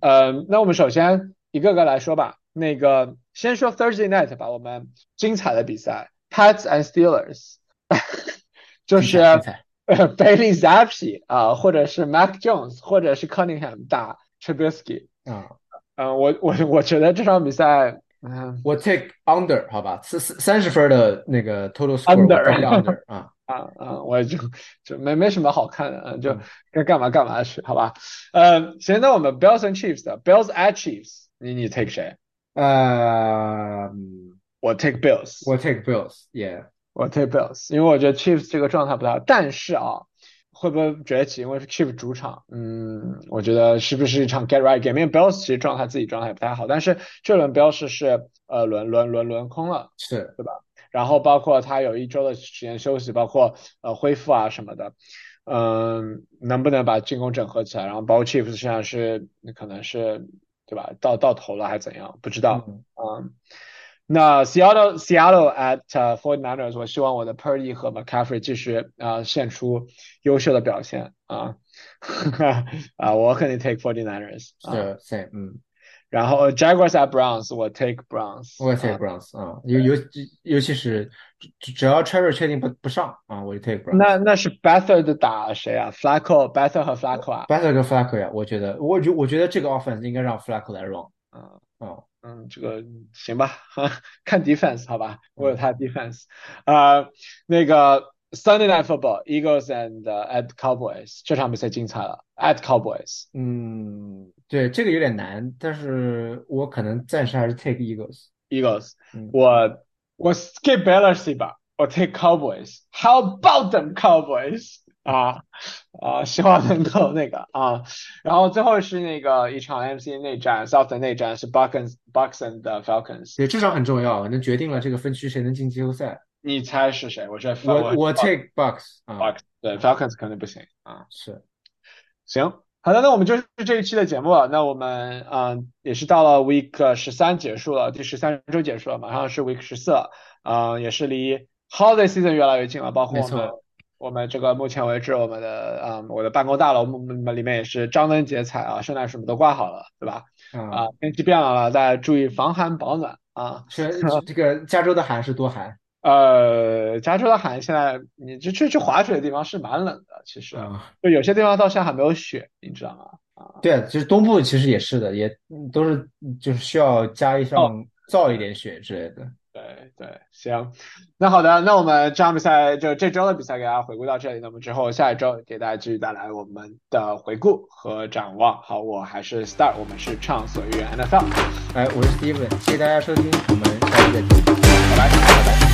A: 呃，那我们首先一个个来说吧。那个先说 Thursday night 吧，我们精彩的比赛，Pats and Steelers，就是 (laughs)
B: 精彩精彩
A: 呃 Bailey Zappi 啊，或者是 Mac Jones，或者是 Cunningham 打 Trubisky。
B: 啊！
A: 嗯，我我我觉得这场比赛，嗯
B: 我 take under 好吧，三三三十分的那个 total score，我
A: Under
B: take under 啊，
A: 啊啊，我就就没没什么好看的，啊，就
B: 嗯
A: 该干嘛干嘛去，好吧？呃，行，那我们 Bills and Chiefs 的 Bills at Chiefs，你你 take 谁？
B: 呃，
A: 我 take Bills。
B: 我 take Bills，yeah，
A: 我 take Bills，因为我觉得 Chiefs 这个状态不太好。但是啊，会不会崛起？因为 Chiefs 主场，嗯，我觉得是不是一场 get right game？因为 Bills 其实状态自己状态也不太好，但是这轮 Bills 是呃轮轮轮轮空了，
B: 是
A: 然后包括他有一周的时间休息，包括呃恢复啊什么的，嗯，能不能把进攻整合起来？然后包括 Chiefs 现在是可能是对吧？到到头了还怎样？不知道。
B: 嗯
A: 嗯，那 Seattle Seattle at uh, 49ers，我希望我的 Purdy 和 McCaffrey 继续啊、呃献出优秀的表现啊啊，我肯定 take 49ers
B: 是
A: 啊。
B: same，嗯，
A: 然啊后 Jaguars at Browns，我 take Browns
B: 我也 take
A: 啊
B: Browns 啊，尤尤尤其是只只要 Cherry 确定不不上啊，我就 take Brown。
A: 那那是 Bethard 打谁啊？Flacco，Bethard 和 Flacco 啊？
B: Better 跟 Flacco 呀，我觉得，我觉我觉得这个 offense 应该让 Flacco 来 run。
A: 嗯
B: 嗯，
A: 嗯，这个行吧， (laughs) 看 defense 好吧，我有他 defense。啊，那个 Sunday Night Football，Eagles and uh, at Cowboys 这场比赛精彩了，at Cowboys。
B: 嗯，对，这个有点难，但是我可能暂时还是 take Eagles。
A: Eagles，
B: 嗯
A: 我我 skip Bellers 吧，我 take Cowboys。How about them Cowboys？啊啊，希望能够那个啊，然后最后是那个一场 MC 内战，South 内战是 Bucks Bucks and Falcons。
B: 对，这场很重要，能决定了这个分区谁能进季后赛。
A: 你猜是谁？我这
B: 我我
A: Bucks-
B: take Bucks 啊
A: Bucks，对 Falcons 肯定不行啊。
B: 是
A: 行，好的，那我们就是这一期的节目了。那我们嗯、呃也是到了 week 十三结束了，第十三周结束了，马上是 week 十四了，啊、也是离 holiday season 越来越近了，包括
B: 没
A: 我
B: 错
A: 们我们这个目前为止我们的啊、呃我的办公大楼我们里面也是张灯结彩啊，圣诞树我们都挂好了，对吧？啊、
B: 啊，
A: 天气变冷了，大家注意防寒保暖啊。
B: 这这个加州的寒是多寒
A: 呃，加州的海现在你就去去滑雪的地方是蛮冷的，其实
B: 啊。
A: 就有些地方到现在还没有雪，你知道吗？
B: 对，其实东部其实也是的，也都是就是需要加一上造一点雪之类的。
A: 对对，行，那好的，那我们这场比赛就这周的比赛给大家回顾到这里，那么之后下一周给大家继续带来我们的回顾和展望。好，我还是 Star，我们是畅所欲言 NFL，
B: 哎，我是 Steven，谢谢大家收听，我们下期再见。
A: 拜拜，拜拜。